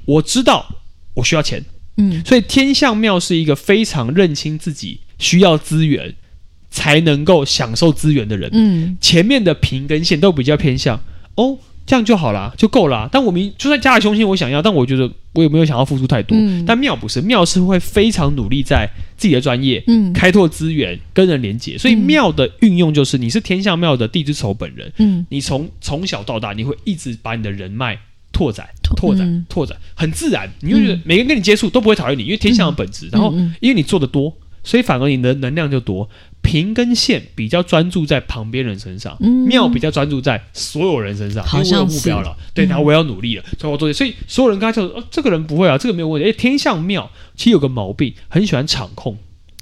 [SPEAKER 2] 我知道我需要钱，
[SPEAKER 1] 嗯
[SPEAKER 2] 所以天象庙是一个非常认清自己需要资源才能够享受资源的人。
[SPEAKER 1] 嗯
[SPEAKER 2] 前面的平跟线都比较偏向哦，这样就好啦，就够啦。但我明就算加了凶星，我想要，但我觉得我有没有想要付出太多？
[SPEAKER 1] 嗯
[SPEAKER 2] 但庙不是，庙是会非常努力在自己的专业。
[SPEAKER 1] 嗯
[SPEAKER 2] 开拓资源，跟人连接，所以
[SPEAKER 1] 嗯
[SPEAKER 2] 庙的运用就是你是天象庙的地支丑本人，
[SPEAKER 1] 嗯，
[SPEAKER 2] 你从从小到大，你会一直把你的人脉拓展、拓展、
[SPEAKER 1] 嗯
[SPEAKER 2] 拓展，很自然。你会觉得
[SPEAKER 1] 嗯
[SPEAKER 2] 每个人跟你接触都不会讨厌你，因为天象的本质。然后
[SPEAKER 1] 嗯
[SPEAKER 2] 因为你做的多，所以反而你的能量就多。平跟线比较专注在旁边人身上，
[SPEAKER 1] 嗯
[SPEAKER 2] 庙比较专注在所有人身上，
[SPEAKER 1] 好
[SPEAKER 2] 因为我有
[SPEAKER 1] 像
[SPEAKER 2] 目标
[SPEAKER 1] 是嗯
[SPEAKER 2] 了，对，然后我要努力了，所以我做对。所以所有人刚才就说，哦，这个人不会啊，这个没有问题。哎，天象庙其实有个毛病，很喜欢场控，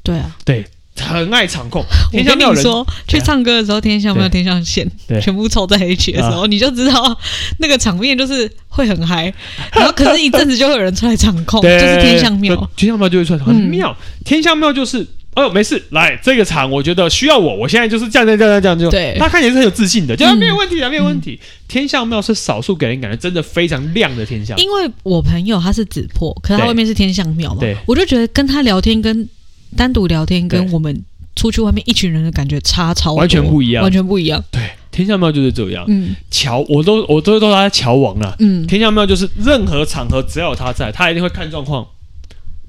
[SPEAKER 1] 对啊，
[SPEAKER 2] 对，很爱场控。
[SPEAKER 1] 我
[SPEAKER 2] 天象
[SPEAKER 1] 跟
[SPEAKER 2] 庙
[SPEAKER 1] 你
[SPEAKER 2] 人啊
[SPEAKER 1] 说，去唱歌的时候，天象没有
[SPEAKER 2] 对
[SPEAKER 1] 天象线
[SPEAKER 2] 对，啊
[SPEAKER 1] 全部凑在一起的时候，你就知道那个场面就是会很嗨，然后可是一阵子就会有人出来场控，哦就
[SPEAKER 2] 对，
[SPEAKER 1] 是天象庙嗯
[SPEAKER 2] 对，。天象庙就会出来，很妙。天象庙就是，哎呦，没事，来这个场，我觉得需要我，我现在就是这样，这样，这样，这样，这样。
[SPEAKER 1] 对
[SPEAKER 2] 他看起来是很有自信的，就、啊
[SPEAKER 1] 嗯
[SPEAKER 2] 没有问题的，没有问题。天象庙是少数给人感觉真的非常亮的天象，
[SPEAKER 1] 因为我朋友他是紫破，可是他
[SPEAKER 2] 对
[SPEAKER 1] 外面是天象庙嘛
[SPEAKER 2] 对，
[SPEAKER 1] 我就觉得跟他聊天、跟单独聊天、跟
[SPEAKER 2] 对
[SPEAKER 1] 我们出去外面一群人的感觉差超多
[SPEAKER 2] 完全不一样
[SPEAKER 1] 完。全不一样。
[SPEAKER 2] 对，天象庙就是这样。
[SPEAKER 1] 嗯
[SPEAKER 2] 乔，我都我都叫他乔王了。
[SPEAKER 1] 嗯，
[SPEAKER 2] 天象庙就是任何场合只要有他在，他一定会看状况。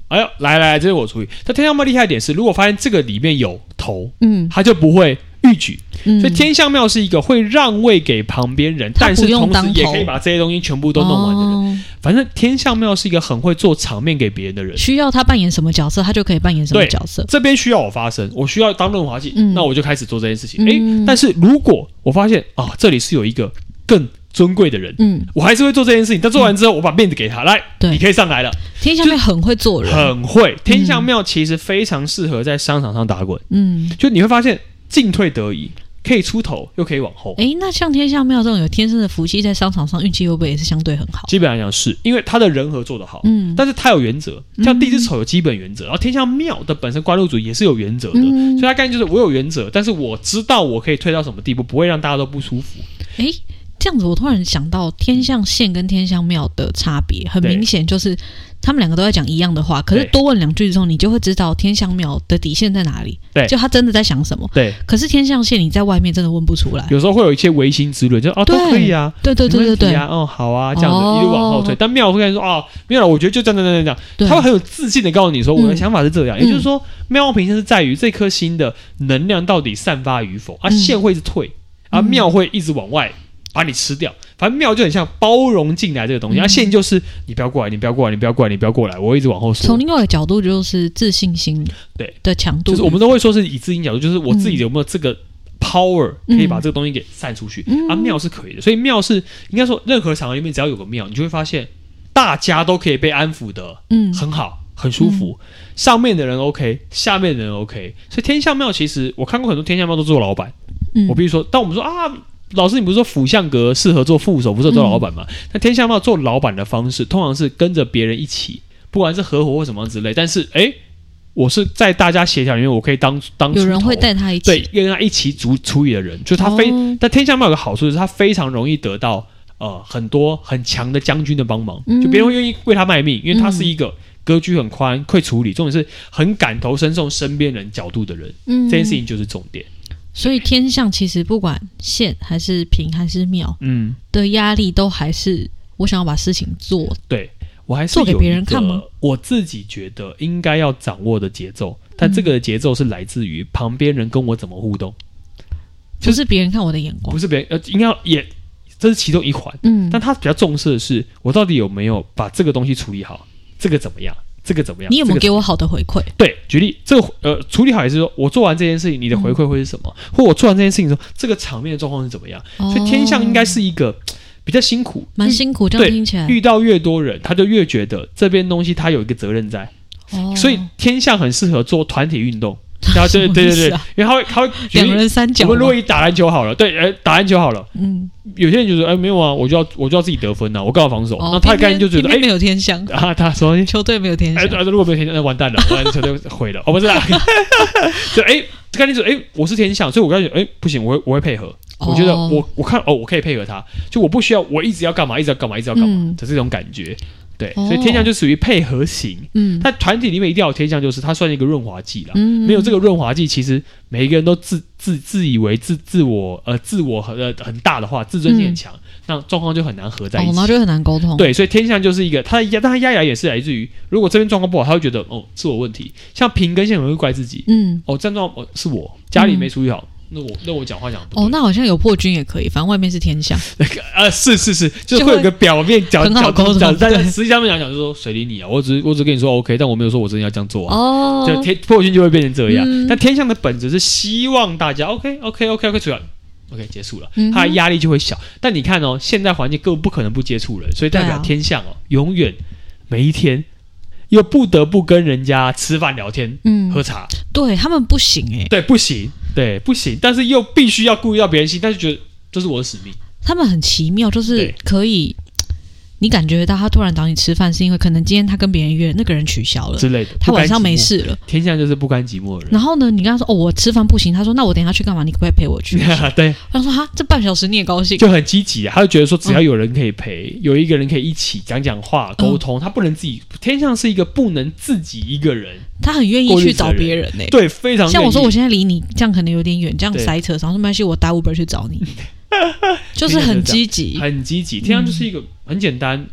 [SPEAKER 2] 哎呦，来来来，这是我处理。但天象庙厉害一点是，如果发现这个里面有头，
[SPEAKER 1] 嗯
[SPEAKER 2] 他就不会逾矩。
[SPEAKER 1] 嗯，
[SPEAKER 2] 所以天象庙是一个会让位给旁边人，
[SPEAKER 1] 他
[SPEAKER 2] 但
[SPEAKER 1] 不
[SPEAKER 2] 是
[SPEAKER 1] 用
[SPEAKER 2] 同时
[SPEAKER 1] 当
[SPEAKER 2] 也
[SPEAKER 1] 头
[SPEAKER 2] 可以把这些东西全部都弄完的人。
[SPEAKER 1] 哦
[SPEAKER 2] 反正天象庙是一个很会做场面给别人的人。
[SPEAKER 1] 需要他扮演什么角色，他就可以扮演什么
[SPEAKER 2] 对
[SPEAKER 1] 角色。
[SPEAKER 2] 这边需要我发声，我需要当润滑剂，
[SPEAKER 1] 嗯
[SPEAKER 2] 那我就开始做这件事情。
[SPEAKER 1] 嗯
[SPEAKER 2] 诶，但是如果我发现啊，这里是有一个更尊贵的人，
[SPEAKER 1] 嗯，
[SPEAKER 2] 我还是会做这件事情。但做完之后，我把面子给他，来，
[SPEAKER 1] 对
[SPEAKER 2] 你可以上来了，
[SPEAKER 1] 天下面很会做人，
[SPEAKER 2] 很会。天象庙其实非常适合在商场上打滚，
[SPEAKER 1] 嗯，
[SPEAKER 2] 就你会发现进退得宜，可以出头又可以往后。
[SPEAKER 1] 诶，那像天下庙这种有天生的福气，在商场上运气会不会也是相对很好？
[SPEAKER 2] 基本上讲是因为他的人和做得好，
[SPEAKER 1] 嗯，
[SPEAKER 2] 但是他有原则，像地支丑有基本原则，然后天象庙的本身官禄主也是有原则的，
[SPEAKER 1] 嗯
[SPEAKER 2] 所以他概念就是我有原则，但是我知道我可以退到什么地步，不会让大家都不舒服。
[SPEAKER 1] 诶，这样子我突然想到天象线跟天象庙的差别，很
[SPEAKER 2] 对
[SPEAKER 1] 明显就是他们两个都在讲一样的话，可是
[SPEAKER 2] 对
[SPEAKER 1] 多问两句之后，你就会知道天象庙的底线在哪里，
[SPEAKER 2] 对
[SPEAKER 1] 就他真的在想什么。
[SPEAKER 2] 对，
[SPEAKER 1] 可是天象线你在外面真的问不出来，
[SPEAKER 2] 有时候会有一些唯心之论，就哦都
[SPEAKER 1] 对
[SPEAKER 2] 可以啊。
[SPEAKER 1] 对对对
[SPEAKER 2] 没
[SPEAKER 1] 对
[SPEAKER 2] 问题
[SPEAKER 1] 对
[SPEAKER 2] 啊，哦，好啊，这样子
[SPEAKER 1] 哦
[SPEAKER 2] 一路往后退。但庙会跟你说，哦，没有了，我觉得就这样这样这样这样
[SPEAKER 1] 对，
[SPEAKER 2] 他会很有自信的告诉你说，我的
[SPEAKER 1] 嗯
[SPEAKER 2] 想法是这样，
[SPEAKER 1] 嗯
[SPEAKER 2] 也就是说，庙平是在于这颗心的能量到底散发与否，啊，
[SPEAKER 1] 嗯
[SPEAKER 2] 线会一直退，啊，
[SPEAKER 1] 嗯
[SPEAKER 2] 庙会一直往外把你吃掉。反正庙就很像包容进来这个东西，
[SPEAKER 1] 嗯
[SPEAKER 2] 啊，线就是你不要过来，你不要过来，你不要过来，你不要过来，我会一直往后缩
[SPEAKER 1] 从。另外一个角度就是自信心
[SPEAKER 2] 对
[SPEAKER 1] 的强度，
[SPEAKER 2] 就是我们都会说是以自己角度，就是我自己有没有这个 power 可
[SPEAKER 1] 嗯
[SPEAKER 2] 以把这个东西给散出去、
[SPEAKER 1] 嗯
[SPEAKER 2] 啊？庙是可以的，所以庙是应该说任何场合里面只要有个庙，你就会发现大家都可以被安抚的
[SPEAKER 1] 嗯
[SPEAKER 2] 很好，很舒服。上面的人 OK，下面的人 OK，所以天象庙其实我看过很多天象庙都做老板，
[SPEAKER 1] 嗯
[SPEAKER 2] 我必须说，但我们说啊。老师，你不是说辅相格
[SPEAKER 1] 嗯
[SPEAKER 2] 适合做副手，不是做老板吗？那、天象庙做老板的方式，通常是跟着别人一起不管是合伙或什么之类。但是，哎，我是在大家协调里面，我可以当当
[SPEAKER 1] 有人
[SPEAKER 2] 出头
[SPEAKER 1] 会带他一起，
[SPEAKER 2] 对跟他一起处处理的人，就是他非。
[SPEAKER 1] 哦
[SPEAKER 2] 但天下猫有个好处，就是他非常容易得到呃很多很强的将军的帮忙，
[SPEAKER 1] 嗯
[SPEAKER 2] 就别人会愿意为他卖命，因为他是
[SPEAKER 1] 嗯
[SPEAKER 2] 一个格局很宽、会处理，重点是很感同身受身边人角度的人，
[SPEAKER 1] 嗯
[SPEAKER 2] 这件事情就是重点。
[SPEAKER 1] 所以天象其实不管县还是平还是庙
[SPEAKER 2] 嗯，
[SPEAKER 1] 的压力，都还是我想要把事情做。
[SPEAKER 2] 我还是
[SPEAKER 1] 做给
[SPEAKER 2] 有
[SPEAKER 1] 别
[SPEAKER 2] 一
[SPEAKER 1] 人
[SPEAKER 2] 个
[SPEAKER 1] 看吗
[SPEAKER 2] 我自己觉得应该要掌握的节奏，
[SPEAKER 1] 嗯
[SPEAKER 2] 但这个节奏是来自于旁边人跟我怎么互动，就
[SPEAKER 1] 就是是别人看我的眼光
[SPEAKER 2] 不，是别人呃，应该要也这是其中一环。
[SPEAKER 1] 嗯，
[SPEAKER 2] 但他比较重视的是，我到底有没有把这个东西处理好？这个怎么样？这个怎么样？
[SPEAKER 1] 你有没有
[SPEAKER 2] 这个
[SPEAKER 1] 给我好的回馈？
[SPEAKER 2] 对，举例，这个呃，处理好也是说我做完这件事情，你的回馈会是什么？或我做完这件事情之后，这个场面的状况是怎么样？所以天象应该
[SPEAKER 1] 哦
[SPEAKER 2] 是一个比较辛苦，
[SPEAKER 1] 嗯蛮
[SPEAKER 2] 遇
[SPEAKER 1] 辛苦，这样
[SPEAKER 2] 对
[SPEAKER 1] 听起来，
[SPEAKER 2] 遇到越多人，他就越觉得这边东西他有一个责任在，
[SPEAKER 1] 哦
[SPEAKER 2] 所以天象很适合做团体运动。然后 对
[SPEAKER 1] 什么
[SPEAKER 2] 对
[SPEAKER 1] 意
[SPEAKER 2] 对对
[SPEAKER 1] 思啊，
[SPEAKER 2] 因为他会他会举
[SPEAKER 1] 两
[SPEAKER 2] 例，
[SPEAKER 1] 人三角
[SPEAKER 2] 我
[SPEAKER 1] 嘛，
[SPEAKER 2] 们如果以打篮球好了，对，呃，打篮球好了，
[SPEAKER 1] 嗯，
[SPEAKER 2] 有些人就说，哎，没有啊，我就要我就要自己得分呐、啊我干嘛防守？
[SPEAKER 1] 哦
[SPEAKER 2] 那他的概念就觉
[SPEAKER 1] 偏
[SPEAKER 2] 得，
[SPEAKER 1] 偏偏偏
[SPEAKER 2] 哎
[SPEAKER 1] 没有天象，
[SPEAKER 2] 啊，他说，
[SPEAKER 1] 球队没有天
[SPEAKER 2] 哎、
[SPEAKER 1] 象，
[SPEAKER 2] 对如果没有天象，那完蛋了， 我的球队毁了。哦，不是啦， 就哎，概念是哎，我是天象，所以我感觉哎不行，我会我会配合。我觉得
[SPEAKER 1] 哦
[SPEAKER 2] 我我看哦，我可以配合他，就我不需要我一直要干嘛，一直要干嘛，一直要干嘛
[SPEAKER 1] 嗯
[SPEAKER 2] 的这种感觉。对，
[SPEAKER 1] 哦
[SPEAKER 2] 所以天象就属于配合型。
[SPEAKER 1] 嗯
[SPEAKER 2] 但团体里面一定要有天象，就是它算一个润滑剂啦。
[SPEAKER 1] 嗯
[SPEAKER 2] 没有这个润滑剂，其实每一个人都自自自以为自自我呃自我很呃很大的话，自尊心很强，那状况就很难合在
[SPEAKER 1] 嗯哦
[SPEAKER 2] 一，起
[SPEAKER 1] 然。后就很难沟通，，
[SPEAKER 2] 对，所以天象就是一个他的压，但他压压也是来自于，如果这边状况不好，他会觉得哦是我问题。像平跟线很容易怪自己，
[SPEAKER 1] 嗯。
[SPEAKER 2] 哦症状哦是我家里
[SPEAKER 1] 嗯
[SPEAKER 2] 没处理好，那我那我讲话讲得不对
[SPEAKER 1] 哦，那好像有破军也可以，反正外面是天象，
[SPEAKER 2] 呃是是是，就
[SPEAKER 1] 就
[SPEAKER 2] 是会有
[SPEAKER 1] 会
[SPEAKER 2] 个表面讲
[SPEAKER 1] 很好
[SPEAKER 2] 讲
[SPEAKER 1] 沟通
[SPEAKER 2] 讲，但
[SPEAKER 1] 对
[SPEAKER 2] 是实际上面讲讲就说谁理你啊？我只是我只跟你说 OK，但我没有说我真的要这样做啊。
[SPEAKER 1] 哦，
[SPEAKER 2] 就天破军就会变成这样，
[SPEAKER 1] 嗯
[SPEAKER 2] 但天象的本质是希望大家 OK OK OK OK 处理好 OK 结束了，
[SPEAKER 1] 嗯哼
[SPEAKER 2] 他的压力就会小。但你看哦，现在环境更不可能不接触人，所以代
[SPEAKER 1] 对
[SPEAKER 2] 表
[SPEAKER 1] 啊
[SPEAKER 2] 天象哦，永远每一天又不得不跟人家吃饭聊天、
[SPEAKER 1] 嗯
[SPEAKER 2] 喝，茶，
[SPEAKER 1] 对他们不行哎、
[SPEAKER 2] 对，不行，对，不行，但是又必须要顾虑到别人心，但是觉得这是我的使命，
[SPEAKER 1] 他们很奇妙，就是
[SPEAKER 2] 对
[SPEAKER 1] 可以，你感觉到他突然找你吃饭，是因为可能今天他跟别人约，那个人取消了，
[SPEAKER 2] 之类的。
[SPEAKER 1] 呃他晚上
[SPEAKER 2] 不甘寂
[SPEAKER 1] 没
[SPEAKER 2] 寞，
[SPEAKER 1] 事了。
[SPEAKER 2] 天象就是不甘寂寞的人。
[SPEAKER 1] 然后呢，你跟他说哦，我吃饭不行，他说那我等一下去干嘛？你可不可以陪我去？
[SPEAKER 2] 对，
[SPEAKER 1] 他说哈，这半小时你也高兴？
[SPEAKER 2] 就很积极啊，他就觉得说
[SPEAKER 1] 嗯
[SPEAKER 2] 只要有人可以陪，有一个人可以一起讲讲话、沟通，他不能自己。天象是一个不能自己一个人，
[SPEAKER 1] 他很愿意去找别人 呢、
[SPEAKER 2] 对，非常
[SPEAKER 1] 像我说，
[SPEAKER 2] 愿
[SPEAKER 1] 我
[SPEAKER 2] 意
[SPEAKER 1] 现在离你这样可能有点远，这样
[SPEAKER 2] 欸对
[SPEAKER 1] 塞车，然后说没关系，我打 Uber 去找 你，就是很积极。
[SPEAKER 2] 很积极，天象就是
[SPEAKER 1] 嗯
[SPEAKER 2] 一个很简单，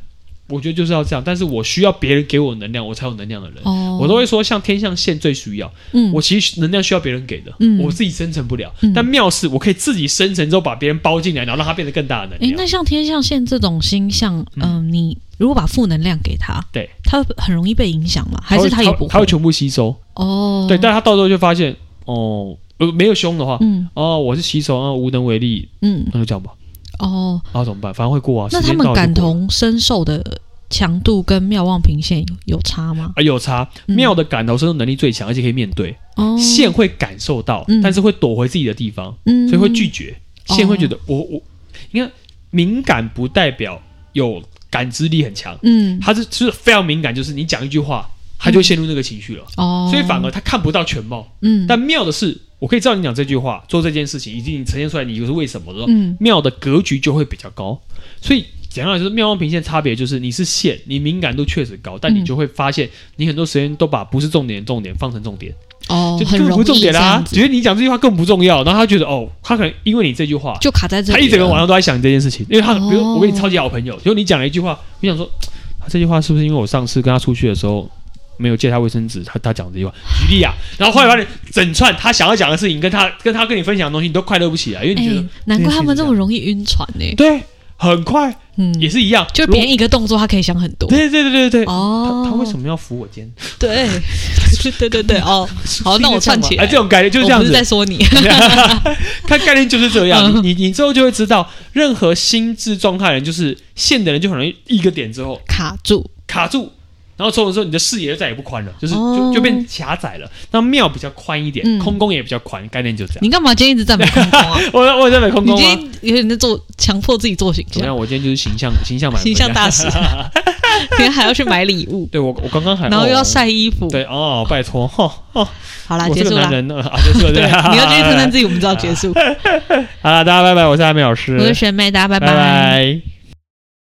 [SPEAKER 2] 我觉得就是要这样。但是我需要别人给我能量，我才有能量的人。
[SPEAKER 1] 哦，
[SPEAKER 2] 我都会说，像天象线最需要，
[SPEAKER 1] 嗯，
[SPEAKER 2] 我其实能量需要别人给的，
[SPEAKER 1] 嗯
[SPEAKER 2] 我自己生成不了。
[SPEAKER 1] 嗯
[SPEAKER 2] 但妙是，我可以自己生成之后把别人包进来，然后让它变得更大的能
[SPEAKER 1] 诶，
[SPEAKER 2] 量。
[SPEAKER 1] 那像天象线这种星象，嗯、你如果把负能量给他，
[SPEAKER 2] 对，
[SPEAKER 1] 他会很容易被影响嘛？还是他
[SPEAKER 2] 它会
[SPEAKER 1] 也
[SPEAKER 2] 它
[SPEAKER 1] 不
[SPEAKER 2] 会它会全部吸收，
[SPEAKER 1] 哦，
[SPEAKER 2] 对，但他到时候就发现，哦，呃，没有凶的话，
[SPEAKER 1] 嗯
[SPEAKER 2] 哦，我是洗手啊，无能为力，
[SPEAKER 1] 嗯
[SPEAKER 2] 那就这样吧。
[SPEAKER 1] 哦，
[SPEAKER 2] 啊，怎么办？反正会过啊。
[SPEAKER 1] 那
[SPEAKER 2] 时
[SPEAKER 1] 他
[SPEAKER 2] 间到
[SPEAKER 1] 们
[SPEAKER 2] 了就
[SPEAKER 1] 感
[SPEAKER 2] 过了
[SPEAKER 1] 同身受的强度跟妙望平线有有差吗？
[SPEAKER 2] 啊有差，
[SPEAKER 1] 嗯
[SPEAKER 2] 庙的感同身受能力最强，而且可以面对。
[SPEAKER 1] 哦，
[SPEAKER 2] 线会感受到
[SPEAKER 1] 嗯，
[SPEAKER 2] 但是会躲回自己的地方，
[SPEAKER 1] 嗯
[SPEAKER 2] 所以会拒绝。
[SPEAKER 1] 哦
[SPEAKER 2] 线会觉得我我，你看敏感不代表有感知力很强，
[SPEAKER 1] 嗯
[SPEAKER 2] 他是就是非常敏感，就是你讲一句话，他就陷入那个情绪了，
[SPEAKER 1] 哦，
[SPEAKER 2] 所以反而他看不到全貌。
[SPEAKER 1] 嗯
[SPEAKER 2] 但妙的是，我可以知道你讲这句话，做这件事情，以及你呈现出来你就是为什么的时候，
[SPEAKER 1] 嗯
[SPEAKER 2] 庙的格局就会比较高。所以简单来说，庙望平线差别就是你是线，你敏感度确实高，但
[SPEAKER 1] 嗯
[SPEAKER 2] 你就会发现你很多时间都把不是重点的重点放成重点，
[SPEAKER 1] 哦
[SPEAKER 2] 就
[SPEAKER 1] 很
[SPEAKER 2] 根本
[SPEAKER 1] 容
[SPEAKER 2] 不
[SPEAKER 1] 易
[SPEAKER 2] 重点啊
[SPEAKER 1] 这
[SPEAKER 2] 啦、
[SPEAKER 1] 样子
[SPEAKER 2] 觉得你讲这句话更不重要，然后他觉得哦，他可能因为你这句话，
[SPEAKER 1] 就卡在这里
[SPEAKER 2] 他
[SPEAKER 1] 了，
[SPEAKER 2] 一整个晚上都在想这件事情，因为他比如
[SPEAKER 1] 哦
[SPEAKER 2] 我跟你超级好朋友，结果你讲了一句话，我想说他这句话是不是因为我上次跟他出去的时候。没有借他卫生纸，他他讲这句话，举例啊，然后后来发现整串他想要讲的事情，跟他跟他跟你分享的东西，你都快乐不起来，因为你觉得、
[SPEAKER 1] 哎，难怪他们这么容易晕船呢、
[SPEAKER 2] 对，很快
[SPEAKER 1] 嗯，
[SPEAKER 2] 也是一样，
[SPEAKER 1] 就
[SPEAKER 2] 如
[SPEAKER 1] 别人一个动作，他可以想很多。
[SPEAKER 2] 对对对对对，
[SPEAKER 1] 哦
[SPEAKER 2] 他，他为什么要扶我肩？
[SPEAKER 1] 对， 对对对对，哦，好，那我串起来
[SPEAKER 2] 哎，这种概念 就是这样
[SPEAKER 1] 我不是在
[SPEAKER 2] 子，
[SPEAKER 1] 说你，
[SPEAKER 2] 他概念就是这样。
[SPEAKER 1] 嗯
[SPEAKER 2] 你你你之后就会知道，任何心智状态的人，就是线的人，就很容易一个点之后
[SPEAKER 1] 卡住，
[SPEAKER 2] 卡住。然后从此之后，你的视野就再也不宽了，就是
[SPEAKER 1] 哦
[SPEAKER 2] 就就变狭窄了。那庙比较宽一点
[SPEAKER 1] 嗯，
[SPEAKER 2] 空宫也比较宽，概念就这样。
[SPEAKER 1] 你干嘛今天一直赞美空空啊？
[SPEAKER 2] 我我有在美 空
[SPEAKER 1] 你
[SPEAKER 2] 宫吗？
[SPEAKER 1] 今天有点在做强迫自己做形
[SPEAKER 2] 怎
[SPEAKER 1] 象，
[SPEAKER 2] 么 样？我今天就是形象形象满分啊
[SPEAKER 1] 形象大使。天还要去买礼物，
[SPEAKER 2] 对我我刚刚还
[SPEAKER 1] 然后又要
[SPEAKER 2] 哦
[SPEAKER 1] 晒衣服。
[SPEAKER 2] 对哦，拜托哈哦，
[SPEAKER 1] 好啦，
[SPEAKER 2] 我
[SPEAKER 1] 结
[SPEAKER 2] 这
[SPEAKER 1] 束
[SPEAKER 2] 个
[SPEAKER 1] 啦
[SPEAKER 2] 男。人呃啊，结束了，
[SPEAKER 1] 对， 你要继续称赞自
[SPEAKER 2] 己。
[SPEAKER 1] 己，我们知道结束。
[SPEAKER 2] 好了，大家拜拜，我是阿美老师，
[SPEAKER 1] 我是学妹，大家拜
[SPEAKER 2] 拜拜